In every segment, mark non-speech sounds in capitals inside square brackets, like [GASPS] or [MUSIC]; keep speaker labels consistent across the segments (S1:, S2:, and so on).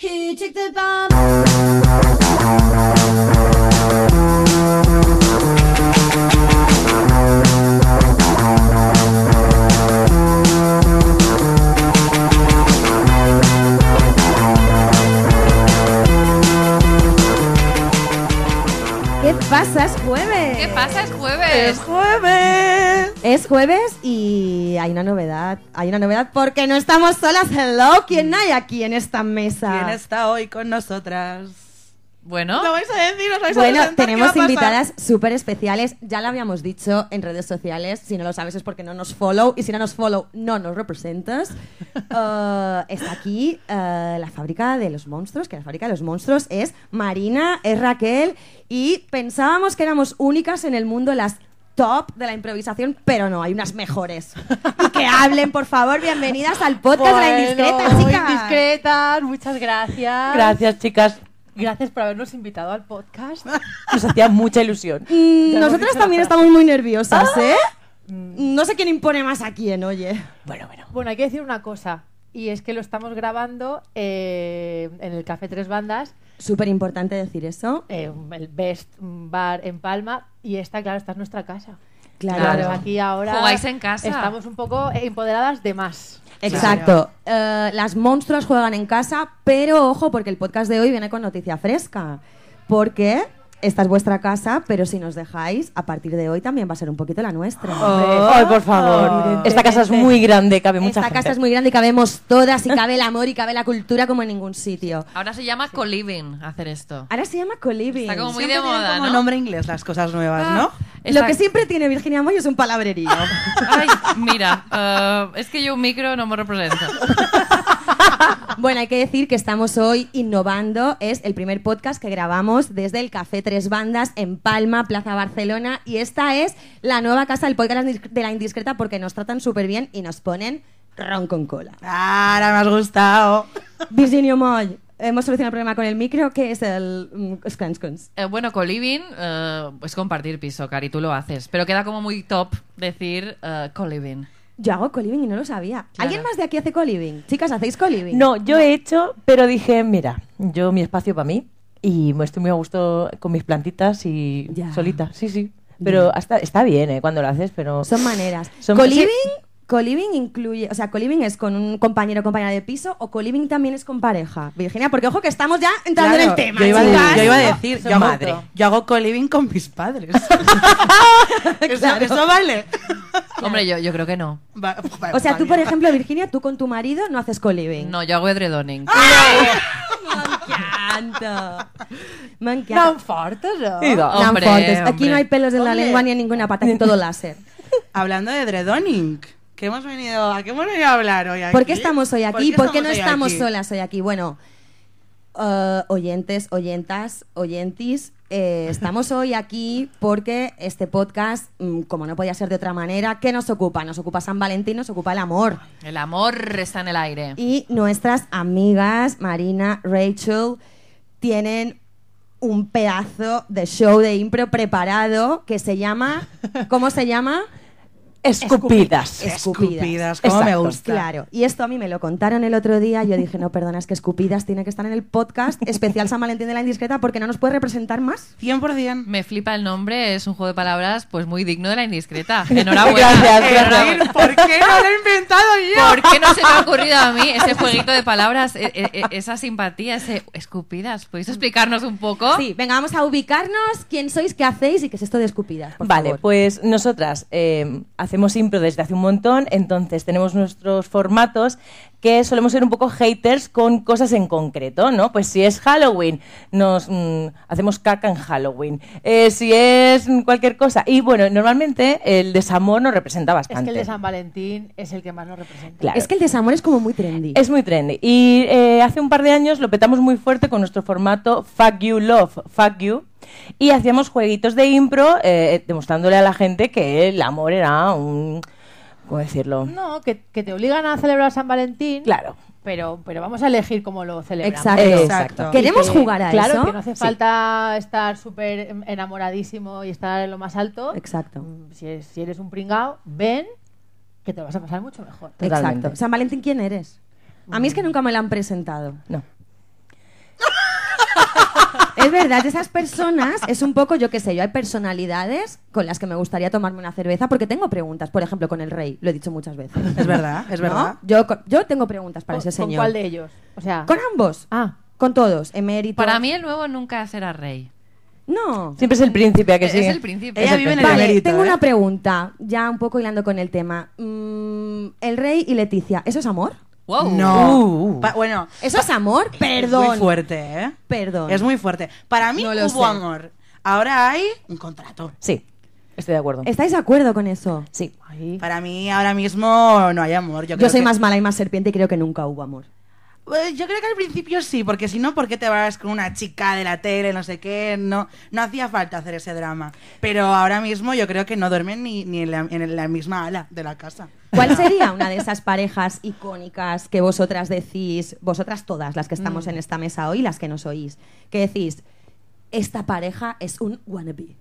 S1: Who took the bomb? ¿Qué pasa? Es jueves.
S2: ¿Qué pasa? Es
S3: ¡Es
S2: jueves.
S3: jueves!
S1: Es jueves y hay una novedad. Hay una novedad porque no estamos solas. Hello, ¿quién hay aquí en esta mesa?
S3: ¿Quién está hoy con nosotras?
S2: Bueno,
S3: ¿Lo vais a decir? ¿Os vais a
S1: Bueno,
S3: presentar? ¿Qué
S1: tenemos
S3: va a pasar?
S1: invitadas súper especiales. Ya lo habíamos dicho en redes sociales. Si no lo sabes es porque no nos follow. Y si no nos follow, no nos
S3: [LAUGHS]
S1: representas. Eh, está aquí eh, la fábrica de los monstruos, que la fábrica de los monstruos es Marina, es Raquel. Y pensábamos que éramos únicas en el mundo las top de la improvisación, pero no, hay unas mejores. Y que hablen, por favor. Bienvenidas al podcast
S3: [LAUGHS]
S1: de La Indiscreta,
S4: Bueno,
S1: chicas.
S4: indiscretas, muchas gracias.
S3: Gracias, chicas.
S4: Gracias por habernos invitado
S1: [LAUGHS]
S4: al podcast. Nos hacía mucha ilusión.
S1: Mm,
S4: Ya lo
S1: Nosotras
S4: dije.
S1: también estamos muy nerviosas, ¿eh? No sé quién impone más a quién, oye.
S3: Bueno, bueno.
S4: Bueno, hay que decir una cosa. Y es que lo estamos grabando eh, en el Café Tres Bandas,
S1: Súper importante decir eso.
S4: eh, el best bar en Palma. Y esta, claro, esta es nuestra casa.
S1: Claro.
S4: Claro, aquí ahora.
S2: Jugáis en casa.
S4: Estamos un poco eh, empoderadas de más.
S1: Exacto. Eh, las monstruas juegan en casa, pero ojo, porque el podcast de hoy viene con noticia fresca. Porque esta es vuestra casa, pero si nos dejáis, a partir de hoy también va a ser un poquito la nuestra.
S3: Ay, por favor.
S4: Esta casa es muy
S3: grande, cabe
S1: Esta casa es muy grande y cabemos todas, y cabe el amor y cabe la cultura como en ningún sitio.
S2: ahora se llama co-living hacer esto.
S1: Ahora se llama Coliving.
S2: Está como muy
S3: Siempre
S2: de
S3: tienen
S2: moda,
S3: como
S2: ¿no?
S3: nombre inglés las cosas nuevas,
S1: Ah.
S3: ¿no?
S2: Está-
S1: Lo que siempre tiene Virginia Moy es un palabrerío.
S2: [LAUGHS] Ay, mira, eh, es que yo un micro no me represento.
S1: Bueno, hay que decir que estamos hoy innovando. Es el primer podcast que grabamos desde el Café Tres Bandas en Palma, Plaza Barcelona. Y esta es la nueva casa del podcast de la indiscreta porque nos tratan súper bien y nos ponen ron con cola.
S3: Ahora me has gustado.
S1: Virginio Moy, hemos solucionado el problema con el micro, que es el mm, Scrunch Cons.
S2: Eh, bueno, co-living eh, es compartir piso, Cari, tú lo haces. Pero queda como muy top decir eh, co-living.
S1: Yo hago coliving y no lo sabía. ¿Alguien
S2: Claro.
S1: más de aquí hace coliving? Chicas, ¿hacéis coliving?
S5: No, yo he hecho, pero dije, mira, yo mi espacio para mí y me estoy muy a gusto con mis plantitas y
S1: Ya.
S5: solita, sí, sí. Pero hasta está bien, ¿eh? Cuando lo haces, pero
S1: Son maneras.
S5: Son-
S1: coliving,
S5: sí.
S1: coliving incluye, o sea, coliving es con un compañero o compañera de piso o coliving también es con pareja. Virginia, porque ojo que estamos ya entrando en el
S3: Claro,
S1: tema.
S3: yo, iba a
S1: chicas.
S3: decir, yo iba a decir,
S5: Soy
S3: yo hago,
S5: madre.
S3: yo hago co-living con
S1: [LAUGHS]
S3: mis padres. eso, eso vale.
S2: Hombre, yo, yo creo que no.
S3: Va- va-
S1: O sea, tú,
S3: vale.
S1: por ejemplo, Virginia, tú con tu marido no haces coliving.
S2: No, yo hago edredoning.
S1: Me encanta. Me encanta.
S4: tan fuertes, ¿no?
S5: Digo,
S1: Tan
S2: Hombre,
S1: fuertes. Aquí
S2: hombre.
S1: no hay pelos en la
S3: Hombre.
S1: lengua ni en ninguna pata, aquí todo láser.
S3: Hablando de Dredoning, ¿qué hemos venido, ¿a qué hemos venido a hablar hoy aquí?
S1: ¿Por qué estamos hoy aquí? ¿Por qué no
S3: hoy
S1: estamos
S3: aquí?
S1: solas hoy aquí? Bueno, eh, oyentes, oyentas, oyentis, eh, estamos hoy aquí porque este podcast, mm, como no podía ser de otra manera, ¿qué nos ocupa? Nos ocupa San Valentín, nos ocupa el amor.
S2: El amor está en el aire.
S1: Y nuestras amigas, Marina, Rachel, tienen un pedazo de show de impro preparado que se llama... ¿Cómo se llama? Escupidas.
S5: escupidas.
S3: Escupidas, cómo me
S5: Exacto.
S3: gusta.
S1: Claro, y esto a mí me lo contaron el otro día. Yo dije, no, perdona, es que Escupidas tiene que estar en el podcast especial San Valentín de la Indiscreta porque no nos puede representar más.
S3: 100%.
S2: Me flipa el nombre, es un juego de palabras pues muy digno de la [LAUGHS] indiscreta. Enhorabuena. Eh,
S5: Gracias,
S2: Enhorabuena.
S5: gracias.
S3: ¿Por qué no lo he inventado yo?
S2: ¿Por qué no se me ha ocurrido a mí [LAUGHS] ese jueguito de palabras, e- e- e- esa simpatía, ese escupidas? ¿Podéis explicarnos un poco?
S1: Sí, venga, vamos a ubicarnos. ¿Quién sois? ¿Qué hacéis? ¿Y qué es esto de Escupidas? por
S5: Vale,
S1: favor?
S5: pues nosotras eh, hacemos impro desde hace un montón, entonces tenemos nuestros formatos que solemos ser un poco haters con cosas en concreto, ¿no? Pues si es Halloween, nos mm, hacemos caca en Halloween. Eh, si es mm, cualquier cosa. Y bueno, normalmente el desamor nos representa
S4: Es que
S5: bastante.
S4: el de San Valentín es el que más nos representa.
S5: Claro.
S1: Es que el desamor es como muy trendy.
S5: Es muy trendy. Y eh, hace un par de años lo petamos muy fuerte con nuestro formato Fuck You Love, Fuck You. Y hacíamos jueguitos de impro eh, demostrándole a la gente que el amor era un... ¿Cómo decirlo?
S4: No, que, que te obligan a celebrar San Valentín.
S5: Claro.
S4: Pero, pero vamos a elegir cómo lo celebramos.
S1: Exacto.
S5: Eh,
S3: Exacto.
S1: ¿Qué- ¿Queremos
S4: Y
S1: jugar a
S4: claro,
S1: eso?
S4: que no hace
S1: Sí.
S4: falta estar súper em- enamoradísimo y estar en lo más alto.
S1: Exacto.
S4: Mm, Si, es- si eres un pringao, ven que te lo vas a pasar mucho mejor.
S5: Totalmente.
S1: Exacto. San Valentín, ¿quién eres? A mí es que nunca me lo han presentado.
S5: No.
S1: [LAUGHS] Es verdad, de esas personas es un poco, yo qué sé, yo hay personalidades con las que me gustaría tomarme una cerveza porque tengo preguntas. Por ejemplo, con el rey, lo he dicho muchas veces.
S3: Es verdad, es
S1: ¿No?
S3: verdad.
S1: Yo, co- yo tengo preguntas para
S4: ¿Con,
S1: ese
S4: con
S1: señor.
S4: cuál de ellos? O sea,
S1: Con ambos.
S4: ah,
S1: Con todos. Emérito.
S2: Para mí el nuevo nunca será rey.
S1: No.
S5: Siempre es el príncipe a que
S2: Es
S5: sí.
S2: el príncipe.
S3: Ella vive en el
S1: Vale,
S3: emérito,
S1: tengo
S3: ¿eh?
S1: una pregunta, ya un poco hilando con el tema. Mm, el rey y Leticia, ¿eso es amor?
S2: Wow.
S3: No.
S5: Uh.
S3: Pa- bueno,
S1: ¿Eso es amor? Perdón.
S3: muy fuerte, ¿eh?
S1: Perdón.
S3: Es muy fuerte. Para mí
S1: No lo
S3: hubo
S1: sé.
S3: amor. Ahora hay un contrato.
S5: Sí, estoy de acuerdo.
S1: ¿Estáis de acuerdo con eso?
S5: Sí.
S4: ahí.
S3: Para mí ahora mismo no hay amor. Yo,
S1: Yo,
S3: creo
S1: soy
S3: que-
S1: más mala y más serpiente y creo que nunca hubo amor.
S3: Eh, Yo creo que al principio sí, porque si no, ¿por qué te vas con una chica de la tele, no sé qué? No, no hacía falta hacer ese drama. Pero ahora mismo yo creo que no duermen ni, ni en, la, en la misma ala de la casa. [LAUGHS]
S1: ¿Cuál sería una de esas parejas icónicas que vosotras decís, vosotras todas las que estamos
S3: Mm.
S1: en esta mesa hoy, las que nos oís, que decís, esta pareja es un wannabe?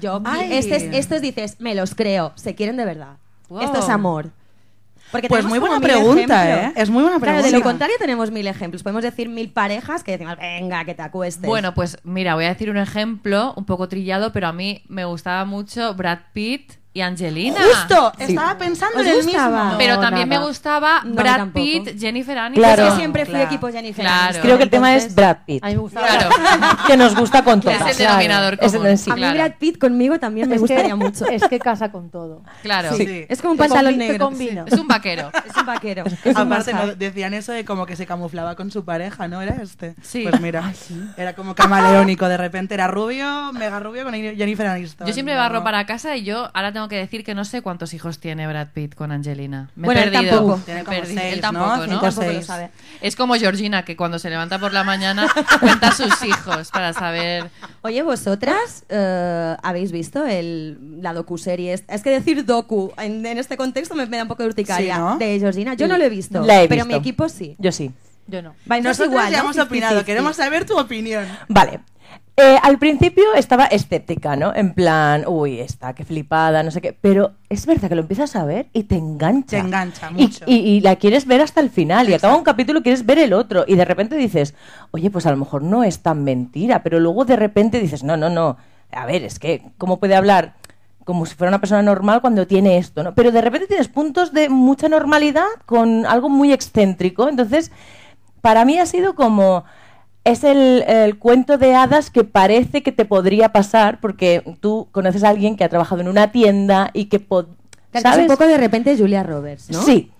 S1: Yo,
S3: Ay.
S1: este es- estos dices, me los creo, se quieren de verdad.
S2: Wow.
S1: Esto es amor. Porque
S3: Pues
S1: tenemos
S3: muy
S1: como
S3: buena
S1: mil
S3: pregunta,
S1: ejemplos.
S3: ¿eh? Es muy buena
S1: Claro, de lo
S3: pregunta.
S1: contrario tenemos mil ejemplos. Podemos decir mil parejas que decimos, venga, que te acuestes.
S2: Bueno, pues mira, voy a decir un ejemplo un poco trillado, pero a mí me gustaba mucho Brad Pitt y Angelina.
S3: Justo, estaba pensando
S1: ¿Os
S3: en el
S1: gustaba?
S3: mismo.
S2: Pero
S4: No,
S2: también
S4: nada.
S2: me gustaba
S1: No,
S2: Brad
S1: tampoco.
S2: Pitt, Jennifer Aniston.
S1: Es
S5: Claro.
S1: que siempre fui
S3: Claro.
S1: equipo Jennifer.
S2: Claro.
S1: Aniston,
S5: Creo que el tema es
S1: entonces-
S5: Brad Pitt,
S4: A mí me gustaba.
S2: Claro.
S5: que nos gusta
S2: [LAUGHS]
S5: con
S2: Que
S5: todas.
S2: es el denominador
S5: Es el-
S2: común.
S5: sí.
S1: A mí
S2: claro.
S1: Brad Pitt conmigo también me
S4: [LAUGHS] Es que-
S1: gustaría mucho.
S4: Es que casa con todo.
S2: [LAUGHS] Claro.
S3: Sí.
S1: Es como un
S4: Te
S1: pantalón
S4: combi- te
S1: negro.
S4: combina.
S2: Es un
S3: [LAUGHS]
S2: vaquero.
S1: [LAUGHS] Es un vaquero.
S3: Aparte, ¿no? decían eso de como que se camuflaba con su pareja, ¿no? Era este.
S2: Sí.
S3: Pues mira, era como camaleónico de repente. Era rubio, mega rubio con Jennifer Aniston.
S2: Yo siempre barro para casa y yo ahora tengo que decir que no sé cuántos hijos tiene Brad Pitt con Angelina. Me he
S1: Bueno, él
S2: perdido.
S1: tampoco.
S2: Me he
S3: Tiene como
S2: perdido.
S3: seis,
S2: él
S3: ¿no?
S2: tampoco, ¿no?
S3: Cinco,
S1: Tampoco lo
S3: seis.
S1: sabe.
S2: Es como Georgina, que cuando se levanta por la mañana [LAUGHS] cuenta a sus hijos para saber.
S1: Oye, vosotras eh, habéis visto el, la docu-serie. Es, es que decir docu en, en este contexto me, me da un poco de urticaria.
S3: Sí, ¿no?
S1: De Georgina. Yo no lo he visto,
S5: La he
S1: pero
S5: visto.
S1: mi equipo sí.
S5: Yo sí.
S4: Yo no.
S1: Vais, no es
S3: Nosotros
S1: igual,
S3: ya
S1: ¿no?
S3: hemos
S1: 50-50.
S3: opinado, queremos saber tu opinión.
S5: Vale. Eh, al principio estaba escéptica, ¿no? En plan, uy, está, qué flipada, no sé qué. Pero es verdad que lo empiezas a ver y te engancha.
S3: Te engancha
S5: Y-
S3: mucho.
S5: Y, y la quieres ver hasta el final. Y acaba un capítulo y quieres ver el otro. Y de repente dices, oye, pues a lo mejor no es tan mentira. Pero luego de repente dices, no, no, no. A ver, es que, ¿cómo puede hablar como si fuera una persona normal cuando tiene esto, ¿no? Pero de repente tienes puntos de mucha normalidad con algo muy excéntrico. Entonces, para mí ha sido como... Es el, el cuento de hadas que parece que te podría pasar porque tú conoces a alguien que ha trabajado en una tienda y que... po-
S1: Claro, que Es
S5: ¿Sabes?
S1: un poco de repente Julia Roberts, ¿no?
S5: Sí.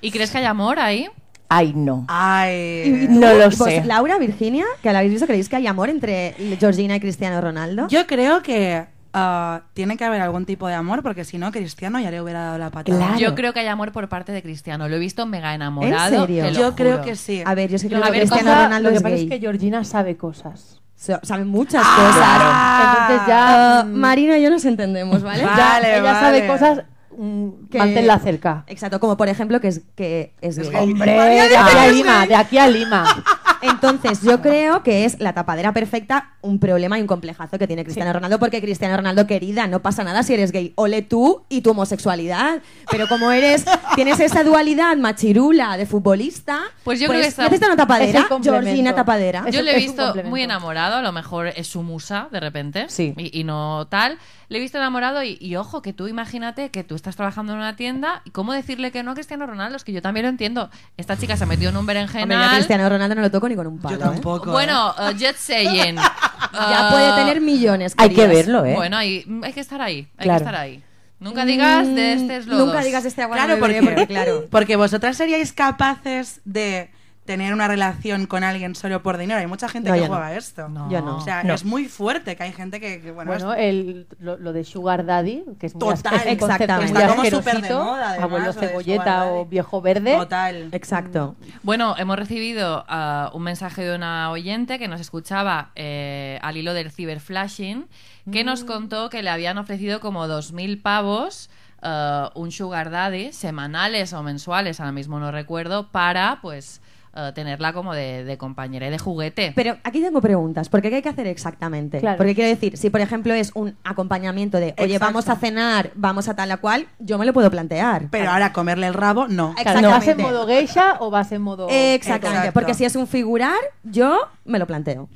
S2: ¿Y crees que hay amor ahí?
S5: Ay, no.
S3: Ay. eh,
S5: No lo
S1: ¿Y vos,
S5: sé.
S1: Laura, Virginia, que la habéis visto, ¿creéis que hay amor entre Georgina y Cristiano Ronaldo?
S3: Yo creo que ah, tiene que haber algún tipo de amor, porque si no, Cristiano ya le hubiera dado la patada.
S5: Claro.
S2: Yo creo que hay amor por parte de Cristiano. Lo he visto mega enamorado.
S1: ¿En serio?
S2: te lo
S3: Yo creo
S2: juro.
S3: que sí.
S1: A ver, yo sé que
S2: A ver,
S1: Cristiano
S2: cosa-
S1: Este Ronaldo
S4: lo que
S1: es
S4: pasa
S1: gay.
S4: es que Georgina sabe cosas.
S1: So- Sabe muchas
S5: Ah,
S1: cosas.
S4: Entonces ya.
S1: Eh, Marina y yo nos entendemos, ¿vale?
S3: Va-
S4: ya-
S3: Vale,
S4: ella
S3: vale.
S4: sabe cosas. mm,
S1: Que-
S4: Manténla cerca.
S1: Exacto, como por ejemplo que es, que es
S3: Es
S1: gay.
S3: gay.
S4: Hombre,
S3: María
S4: de aquí a
S3: Jesús.
S4: Lima, de aquí a Lima.
S1: Entonces, yo creo que es la tapadera perfecta, un problema y un complejazo que tiene Cristiano Ronaldo, porque Cristiano Ronaldo, querida, no pasa nada si eres gay. Ole tú y tu homosexualidad. Pero como eres, tienes esa dualidad machirula de futbolista,
S2: Pues yo creo que está-
S1: necesita una
S4: es
S1: tapadera,
S4: el complemento.
S1: Georgina tapadera.
S4: Es
S2: Yo
S4: un-
S2: le he
S4: es un
S2: visto
S4: complemento.
S2: muy enamorado, a lo mejor es su musa de repente
S5: Sí.
S2: y, y no tal. Le he visto enamorado y, y ojo, que tú imagínate que tú estás trabajando en una tienda y cómo decirle que no a Cristiano Ronaldo, es que yo también lo entiendo. Esta chica se ha metido en un
S1: Hombre, yo a
S2: berenjenal.
S1: Cristiano Ronaldo no lo toco ni con un palo.
S3: Yo
S1: ¿eh?
S3: tampoco.
S2: bueno, eh, Jet Seyen.
S1: Ya
S2: Ah.
S1: puede tener millones.
S5: Hay que
S1: queridas.
S5: verlo, ¿eh?
S2: Bueno, hay, hay que estar ahí, hay
S5: Claro.
S2: que estar ahí. Nunca digas de
S1: Mm,
S2: este es lodos.
S1: Nunca digas de este agua no
S3: Claro,
S1: beberé,
S3: porque,
S1: porque claro.
S3: porque vosotras seríais capaces de tener una relación con alguien solo por dinero. Hay mucha gente
S1: No,
S3: que
S1: yo no.
S3: juega a esto.
S2: No.
S1: Yo no.
S3: O sea,
S5: No.
S3: es muy fuerte que hay gente que, que, bueno,
S4: Bueno,
S3: es-
S4: el, lo, lo de Sugar Daddy, que es muy
S3: Total,
S4: asqueroso, es
S1: exactamente.
S4: un concepto
S1: Está
S4: muy
S3: como
S4: asquerosito,
S3: súper de moda, además, lo
S4: abuelo
S3: de Sugar
S4: cebolleta
S3: Daddy.
S4: o viejo verde.
S3: total.
S1: Exacto.
S2: Bueno, hemos recibido ah, un mensaje de una oyente que nos escuchaba eh, al hilo del ciberflashing, que
S5: Mm.
S2: nos contó que le habían ofrecido como 2.000 pavos, ah, un sugar daddy, semanales o mensuales, ahora mismo no recuerdo, para pues eh, tenerla como de, de compañera y de
S5: [LAUGHS]
S2: juguete.
S1: Pero aquí tengo preguntas, porque ¿qué hay que hacer exactamente?
S4: Claro.
S1: Porque quiero decir, si por ejemplo es un acompañamiento de, oye,
S3: Exacto.
S1: vamos a cenar, vamos a tal a cual, yo me lo puedo plantear.
S3: Pero ahora comerle el rabo, no.
S4: Claro, ¿Vas en
S1: Exactamente.
S4: modo geisha o vas en modo.?
S3: Eh,
S1: Exactamente,
S3: Exacto.
S1: porque si es un figurar, yo me lo planteo.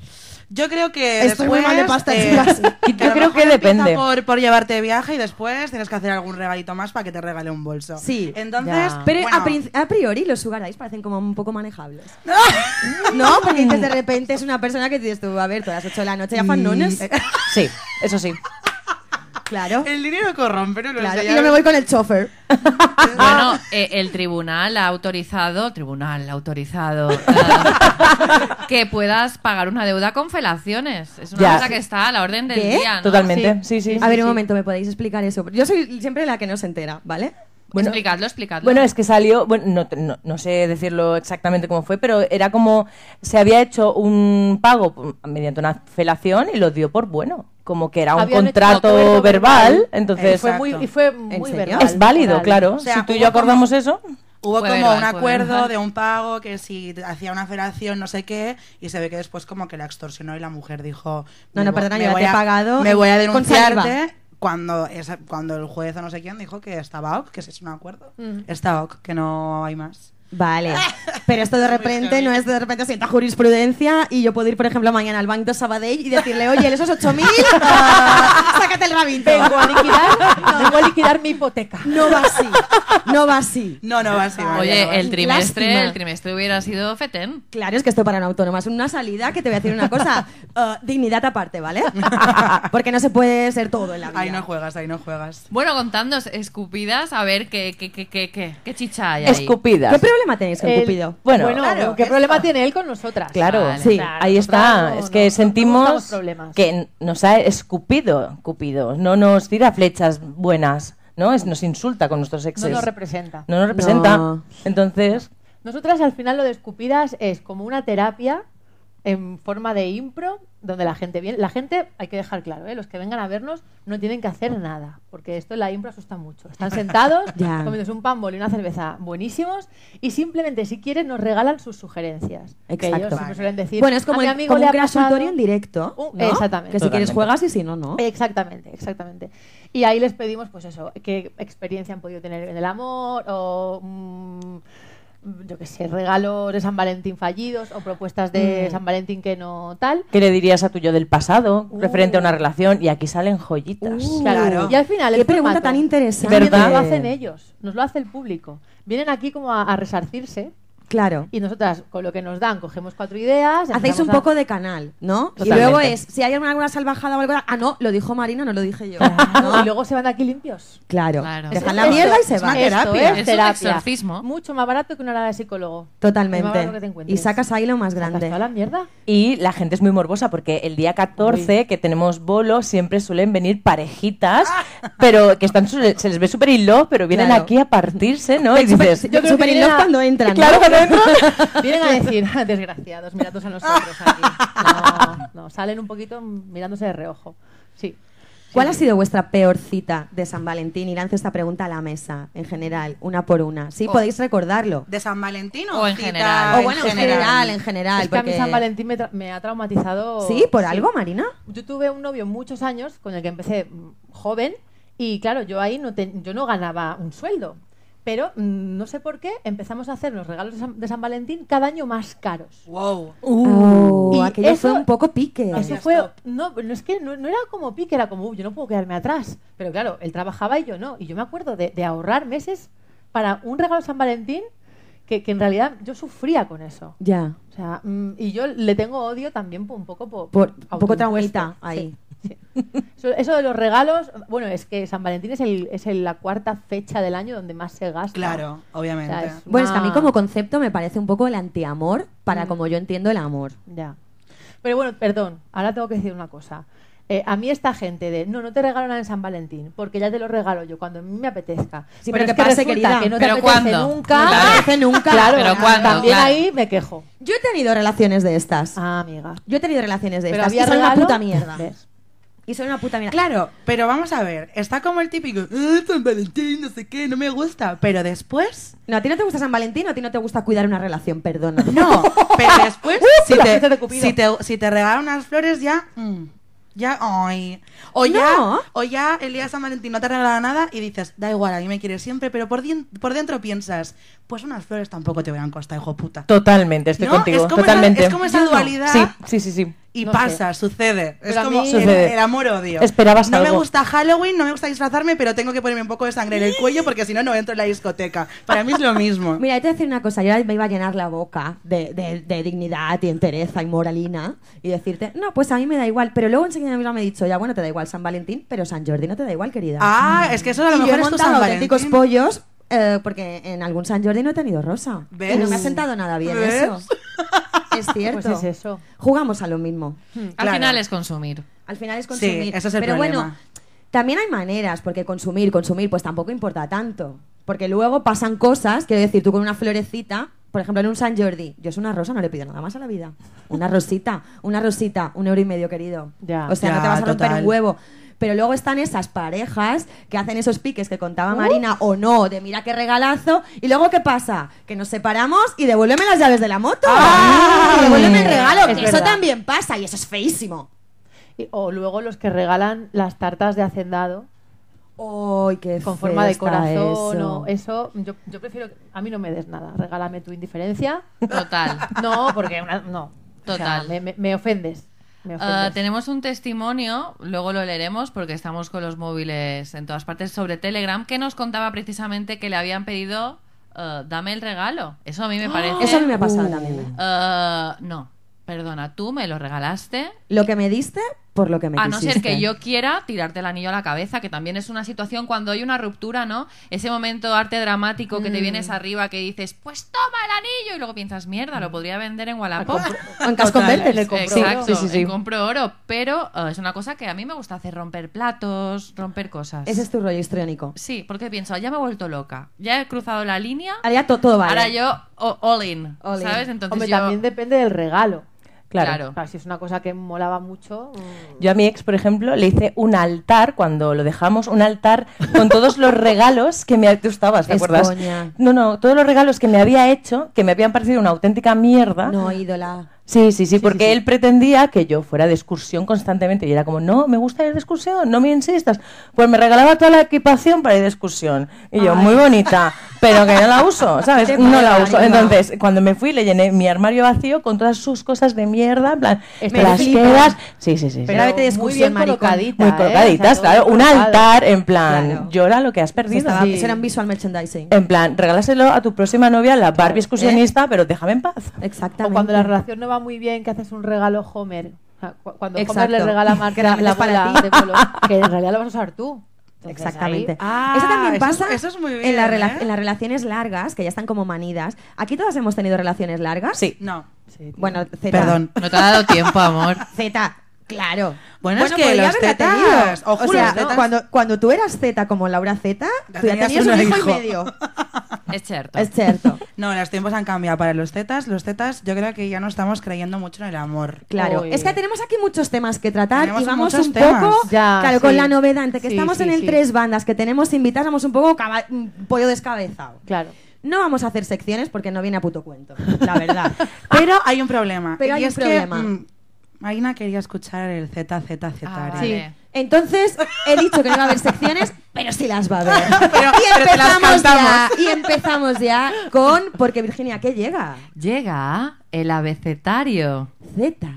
S3: Yo creo que
S1: Estoy
S3: después... eh,
S1: muy mal de pasta, chicas.
S3: [LAUGHS] que a
S5: Yo
S3: lo
S5: creo
S3: mejor
S5: que
S3: empieza
S5: depende.
S3: Por, por llevarte de viaje y después tienes que hacer algún regalito más para que te regale un bolso.
S1: Sí.
S3: Entonces,
S2: Ya.
S1: Pero
S3: bueno,
S1: a, prin- a priori los sugar daddies parecen como un poco
S3: [LAUGHS]
S1: manejables. no, porque dices, de repente es una persona que dices tú, a ver, todas las 8 de la noche ya fan nones.
S3: [LAUGHS]
S5: Sí, eso sí.
S1: Claro,
S3: el dinero corrompe, no lo
S1: claro.
S3: sé,
S1: Y
S3: ya
S1: yo me
S3: ves.
S1: voy con el chofer.
S2: Bueno, eh, el tribunal ha autorizado, tribunal ha autorizado, eh, [LAUGHS] que puedas pagar una deuda con felaciones. Es una
S5: Ya.
S2: cosa que está a la orden del
S1: ¿Qué?
S2: día, Ah, ¿no?
S5: Totalmente. Sí, sí.
S1: A ver, un
S4: sí.
S1: momento, ¿me podéis explicar eso? Yo soy siempre la que no se entera, ¿vale?
S5: Bueno,
S2: explicadlo, explicadlo.
S5: Bueno, es que salió, bueno, no, te- no- no sé decirlo exactamente cómo fue, pero era como se había hecho un pago p- mediante una felación y lo dio por bueno, como que era un
S4: Habían hecho un
S5: contrato
S4: acuerdo
S5: verbal,
S4: verbal.
S5: entonces
S4: Y fue muy, y fue muy
S1: serio?
S4: verbal.
S5: es válido,
S4: Vale.
S5: claro.
S3: O sea,
S5: si tú y
S3: hubo
S5: yo acordamos
S3: como-
S5: eso,
S3: Hubo
S2: Fue
S3: como
S2: verbal,
S3: un
S2: fue
S3: acuerdo
S2: verbal.
S3: de un pago que si hacía una felación, no sé qué, y se ve que después como que la extorsionó y la mujer dijo...
S1: No,
S3: me
S1: no,
S3: vo-
S1: perdona,
S3: me
S1: yo
S3: voy
S1: te he
S3: a-
S1: pagado
S3: Me voy a
S1: con saliva.
S3: denunciarte cuando, esa- cuando el juez o no sé quién dijo que estaba ok, que si es un acuerdo,
S1: Mm.
S3: está ok, que no hay más.
S1: Vale. Pero esto de repente no es de repente sienta jurisprudencia y yo puedo ir, por ejemplo, mañana al Banco de Sabadell y decirle, oye, esos 8.000, ah, sácate el rabito.
S4: Vengo
S3: [LAUGHS]
S4: a liquidar, vengo a liquidar mi hipoteca.
S1: No va así. No va así.
S3: No, no va a ser. no va
S2: Oye,
S3: a
S2: el
S3: ser.
S2: trimestre,
S1: Lástima.
S2: el trimestre hubiera sido fetén.
S1: Claro, es que esto para un autónoma es una salida que te voy a decir una cosa. eh, dignidad aparte, ¿vale? [LAUGHS] Porque no se puede ser todo en la vida.
S3: Ahí no juegas, ahí no juegas.
S2: Bueno, contando escupidas, a ver qué, qué, qué, qué, qué, qué chicha hay ahí.
S5: escupidas.
S1: ¿Qué problema tenéis con
S4: El-
S1: Cupido?
S5: Bueno,
S3: claro,
S4: ¿qué
S3: esto.
S4: problema tiene él con nosotras?
S5: Claro,
S2: Vale.
S5: sí,
S4: Claro,
S5: ahí está.
S4: nosotras no-
S5: es que
S4: no- no buscamos
S5: sentimos
S4: problemas.
S5: que nos ha escupido, Cupido. No nos tira flechas buenas, ¿no? Es, nos insulta con nuestros
S4: No
S5: exes.
S4: nos representa.
S5: No nos representa.
S1: No.
S5: Entonces,
S4: Nosotras al final lo de escupidas es como una terapia en forma de impro donde la gente viene. La gente, hay que dejar claro, ¿eh? los que vengan a vernos no tienen que hacer nada, porque esto en la impro asusta mucho. Están sentados,
S1: [LAUGHS] Ya.
S4: comiéndose un pan bol y una cerveza buenísimos, y simplemente si quieren nos regalan sus sugerencias. Que
S1: Exacto.
S4: ellos siempre
S1: Vale.
S4: suelen decir,
S1: Bueno, es
S4: "A
S1: como,
S4: mi
S1: el-
S4: amigo
S1: como
S4: le
S1: un
S4: ha pasado-
S1: consultorio en directo.
S4: Un-
S1: ¿no?
S4: Exactamente.
S1: Que si quieres
S5: Totalmente.
S1: juegas y si no, no.
S4: Exactamente, exactamente. Y ahí les pedimos, pues eso, qué experiencia han podido tener en el amor o, mm, yo qué sé, regalos de San Valentín fallidos o propuestas
S1: Mm.
S4: de San Valentín que no tal.
S5: ¿qué le dirías a tu yo del pasado
S3: Uh.
S5: referente a una relación? Y aquí salen joyitas.
S1: Uh,
S3: Claro.
S4: Y al final, el
S1: Qué pregunta
S4: formato
S1: tan interesante.
S4: también Nos lo
S5: ¿Verdad?
S4: hacen ellos, nos lo hace el público. Vienen aquí como a, a resarcirse
S1: Claro.
S4: y nosotras, con lo que nos dan, cogemos cuatro ideas.
S1: Hacéis un
S4: empezamos a-
S1: poco de canal, ¿no?
S5: Totalmente.
S1: Y luego es, si hay alguna, alguna salvajada o algo, ah, no, lo dijo Marina, no lo dije yo.
S4: Claro, [LAUGHS] Y
S1: ¿no?
S4: luego se van de aquí limpios.
S1: Claro.
S2: Claro.
S1: Dejan la
S4: Esto-
S1: mierda y se
S4: esto
S1: van.
S3: Es- terapia.
S4: Es,
S2: Es un
S4: terapia.
S2: exorcismo.
S4: Mucho más barato que una hora de psicólogo. Es más barato que te
S1: Totalmente.
S4: encuentres.
S1: Y sacas ahí lo más
S4: ¿Sacas
S1: grande.
S4: toda la mierda?
S5: Y la gente es muy morbosa porque el día 14, que tenemos bolo, siempre suelen venir parejitas, pero que están su- se les ve súper in love, pero vienen
S1: Claro.
S5: aquí a partirse, ¿no? Y
S1: Súper-
S5: dices,
S1: yo creo que
S4: viene
S1: in love
S4: la-
S1: cuando entran. ¿no?
S5: claro, cuando
S3: [LAUGHS]
S5: entran.
S4: Vienen a decir, "Ah, desgraciados, miradnos a nosotros
S1: [LAUGHS]
S4: aquí. No, no, salen un poquito mirándose de reojo. Sí.
S1: ¿Cuál ha sido vuestra peor cita de San Valentín? Y lanzo esta pregunta a la mesa, en general, una por una. Sí,
S3: Oh.
S1: podéis recordarlo.
S3: ¿De San Valentín
S2: O en general. Ah,
S1: o
S2: en
S1: bueno, en general, en general.
S4: es que a mí
S1: porque-
S4: San Valentín me, tra- me ha traumatizado.
S1: Sí, por algo, Marina.
S4: Yo tuve un novio muchos años con el que empecé mm, joven y claro, yo ahí no, te- yo no ganaba un sueldo. Pero mm, no sé por qué empezamos a hacer los regalos de San, de San Valentín cada año más caros.
S3: Wow.
S1: Uh,
S4: Y
S1: aquello
S4: eso-
S1: fue un poco pique.
S4: Eso
S3: Ya
S4: fue,
S3: está.
S4: no, no es que no, no era como pique, era como, "Uy, yo no puedo quedarme atrás. Pero claro, él trabajaba y yo no. Y yo me acuerdo de, de ahorrar meses para un regalo de San Valentín que, que en realidad yo sufría con eso.
S1: Ya.
S4: O sea, mm, y yo le tengo odio también po- un poco por...
S1: Por- un
S4: autoimpuesto.
S1: poco traumita
S4: Sí,
S1: ahí.
S4: sí. Eso, eso de los regalos, bueno, es que San Valentín es, el, es el- la cuarta fecha del año donde más se gasta.
S3: Claro,
S4: O
S3: obviamente.
S4: sea, es
S1: Bueno, es que a mí
S4: una-
S1: como concepto me parece un poco el antiamor
S4: Mm.
S1: para como yo entiendo el amor.
S4: Ya. Pero bueno, perdón, ahora tengo que decir una cosa. Eh, a mí esta gente de, no, no te regalo nada en San Valentín, porque ya te lo regalo yo cuando a mí me apetezca.
S1: Sí, pero que pase,
S4: resulta
S1: querida.
S4: que no te
S2: ¿Pero
S4: apetece
S2: cuándo?
S4: nunca.
S2: No te
S1: apetece nunca.
S4: Claro,
S2: ¿Pero cuándo?
S4: también
S2: Claro.
S4: ahí me quejo.
S1: Yo he tenido relaciones de estas.
S4: Ah, amiga.
S1: Yo he tenido relaciones de
S4: Pero
S1: estas.
S4: había
S1: que son una
S4: regalo.
S1: puta mierda.
S4: ¿Ves?
S1: Y son una puta mierda.
S3: Claro, pero vamos a ver, está como el típico, "Ah, San Valentín, no sé qué, no me gusta, pero después...
S1: No, a ti no te gusta San Valentín, a ti no te gusta cuidar una relación,
S4: [LAUGHS]
S1: perdona.
S3: No, pero
S5: [LAUGHS]
S3: después,
S5: Uh,
S3: si,
S1: la
S3: te,
S1: fiesta de Cupido.
S3: si, te, si te regalan unas flores ya... mm, ya, ay. O
S1: No.
S3: ya, o ya el día de San Valentín no te regala nada y dices, da igual, a mí me quieres siempre, pero por, dien- por dentro piensas, pues unas flores tampoco te hubieran costado, hijo puta.
S5: Totalmente, estoy
S3: No,
S5: contigo.
S3: es como esa-
S5: totalmente.
S3: es como esa
S5: Yo no.
S3: dualidad.
S5: Sí, sí, sí, sí.
S3: Y
S4: No
S3: pasa, sucede.
S4: Pero a
S3: es como
S4: mí-
S3: el-
S5: Sucede.
S3: El, amor-odio.
S5: Esperabas
S3: No me
S5: algo.
S3: gusta Halloween, no me gusta disfrazarme, pero tengo que ponerme un poco de sangre en el cuello porque si no, no entro en la discoteca. Para mí es lo mismo.
S1: [LAUGHS] [LAUGHS] Mira, yo te voy a decir una cosa, yo ahora me iba a llenar la boca de, de- de dignidad y entereza y moralina y decirte, no, pues a mí me da igual, pero luego enseguida misma me he dicho, ya bueno, te da igual San Valentín, pero San Jordi no te da igual, querida.
S3: ah, es que eso a lo
S1: y yo he
S3: mejor es tu San
S1: montado auténticos
S3: Valentín.
S1: pollos eh, porque en algún San Jordi no he tenido rosa.
S3: ¿Ves?
S1: Y no me ha sentado nada bien
S3: ¿Ves?
S1: eso.
S3: [LAUGHS]
S1: Es cierto.
S4: Pues es eso.
S1: Jugamos a lo mismo.
S2: Al
S3: Claro.
S2: final es consumir.
S1: Al final es
S3: Sí,
S1: consumir.
S3: ese es el
S1: Pero
S3: problema.
S1: bueno, también hay maneras, porque consumir, consumir, pues tampoco importa tanto. Porque luego pasan cosas, quiero decir, tú con una florecita, por ejemplo, en un San Jordi, yo es una rosa, no le pido nada más a la vida. Una rosita, una rosita, un euro y medio, querido.
S4: Ya.
S1: o sea, no te
S3: Ya,
S1: vas a romper
S3: total.
S1: un huevo. Pero luego están esas parejas que hacen esos piques que
S3: Uh.
S1: contaba Marina o no, de mira qué regalazo. Y luego, ¿qué pasa? Que nos separamos y devuélveme las llaves de la moto. Y Devuélveme el regalo,
S4: Es
S1: que eso
S4: verdad.
S1: también pasa y eso es feísimo.
S4: Y- o luego los que regalan las tartas de hacendado
S1: ¡Ay, qué feo
S4: con forma de
S1: está
S4: corazón
S1: eso.
S4: o eso. Yo, yo prefiero. que- A mí no me des nada. Regálame tu indiferencia.
S2: Total.
S1: [LAUGHS]
S4: No, porque. una- no. O sea,
S2: Total.
S4: me, me- me ofendes. Me
S2: Ah,
S4: ofendes.
S2: tenemos un testimonio, luego lo leeremos porque estamos con los móviles en todas partes, sobre Telegram, que nos contaba precisamente que le habían pedido ah, dame el regalo. Eso
S1: [GASPS]
S2: a mí me parece.
S1: Eso a mí me ha pasado también. ¿eh?
S2: Ah, no, perdona, tú me lo regalaste.
S1: Lo que me diste, por lo que me
S2: A no ser
S1: quisiste.
S2: que yo quiera tirarte el anillo a la cabeza, que también es una situación cuando hay una ruptura, ¿no? Ese momento arte dramático
S1: Mm.
S2: que te vienes arriba que dices, pues toma el anillo y luego piensas, mierda, lo podría vender en Wallapop.
S1: O en Cascos
S3: Total,
S1: Verdes.
S4: le compro
S2: Exacto,
S5: oro. Sí, sí, sí.
S2: y compro oro, pero eh, es una cosa que a mí me gusta hacer, romper platos, romper cosas.
S1: Ese es tu rollo histriónico.
S2: Sí, porque pienso, ya me he vuelto loca, ya he cruzado la línea,
S1: Ahora ya to- todo vale.
S2: ahora yo o- all in,
S1: eh. All in.
S2: ¿sabes? Entonces
S4: Hombre,
S2: yo-
S4: también depende del regalo.
S5: Claro.
S2: Claro.
S4: Claro, si es una cosa que molaba mucho. mm,
S5: Yo a mi ex, por ejemplo, le hice un altar, cuando lo dejamos, un altar con todos los regalos que me... Tú estabas, ¿te
S1: Es
S5: acuerdas?
S1: coña.
S5: No, no, todos los regalos que me había hecho, que me habían parecido una auténtica mierda.
S1: No, ídola.
S5: Sí, sí, sí, porque él pretendía que yo fuera de excursión constantemente y era como, no, me gusta ir de excursión, no me insistas. Pues me regalaba toda la equipación para ir de excursión. Y yo, muy bonita, pero que no la uso,
S1: [LAUGHS]
S5: ¿sabes?
S1: Qué
S5: No la
S1: pena,
S5: uso.
S1: Inma.
S5: Entonces, cuando me fui, le llené mi armario vacío con todas sus cosas de mierda, en plan,
S4: Esto
S5: te las
S1: flipa.
S5: quedas. Sí, sí, sí. sí.
S1: Pero ahora vete de
S4: muy
S1: excursión,
S4: bien
S1: maricón.
S4: colocadita.
S5: muy
S4: ¿eh?
S5: colgaditas,
S4: O sea, todo
S5: claro. Un
S4: colocado.
S5: altar, en plan,
S1: Claro.
S5: llora lo que has perdido.
S1: Eso, estaba-
S4: Sí.
S1: eso era un visual merchandising.
S5: En plan, regálaselo a tu próxima novia, la Barbie excursionista, pero déjame en paz.
S1: Exactamente.
S4: O cuando la relación no va muy bien, que haces un regalo Homer. O sea, cu- Cuando Homer
S1: Exacto.
S4: le regala a Marta
S1: Que también
S4: la
S1: es para ti.
S4: bola de polo, que en realidad lo vas a usar tú. Entonces,
S1: Exactamente.
S4: ahí-
S3: Ah,
S1: eso también
S3: eso es-
S1: pasa
S3: eso es muy
S1: en,
S3: bien,
S1: la rela-
S3: ¿eh?
S1: en las relaciones largas, que ya están como manidas. ¿Aquí todas hemos tenido relaciones largas?
S5: Sí.
S3: No,
S4: Sí, tío.
S1: Bueno, Z.
S3: perdón.
S2: No te ha dado
S1: [LAUGHS]
S2: tiempo, amor.
S1: Z, claro.
S3: Bueno, es que
S1: podría
S3: los
S1: haberla
S3: tetas,
S1: tenido.
S3: ojo,
S1: o sea,
S3: los tetas.
S1: cuando, cuando tú eras Z como Laura Z,
S3: Ya
S1: tú ya tenías
S3: tenías un
S1: un hijo y
S3: hijo.
S1: medio.
S2: Es cierto.
S1: es cierto.
S3: No, los tiempos han cambiado para los tetas. Los tetas, yo creo que ya no estamos creyendo mucho en el amor.
S1: Claro,
S4: Uy.
S1: es que tenemos aquí muchos temas que tratar
S3: Tenemos
S1: y vamos
S3: muchos
S1: un
S3: temas.
S1: poco,
S4: Ya,
S1: claro,
S4: sí.
S1: con la novedad, entre que
S4: Sí,
S1: estamos
S4: sí,
S1: en el
S4: sí.
S1: tres bandas que tenemos invitadas, vamos un poco caba- mm, pollo descabezado.
S4: Claro.
S1: No vamos a hacer secciones porque no viene a puto cuento, la verdad. [LAUGHS]
S3: Pero hay un problema.
S1: Ah. Pero
S3: y
S1: hay un
S3: es
S1: problema.
S3: Que, mm, Marina quería escuchar el ZZZ.
S2: Ah,
S3: área.
S2: vale.
S1: Entonces, he dicho que no iba a haber secciones, pero sí las va a haber.
S3: Pero-
S1: y
S3: pero te las
S1: empezamos ya,
S3: cantamos.
S1: y empezamos ya con porque Virginia ¿qué llega?
S2: Llega el abecetario
S1: Z,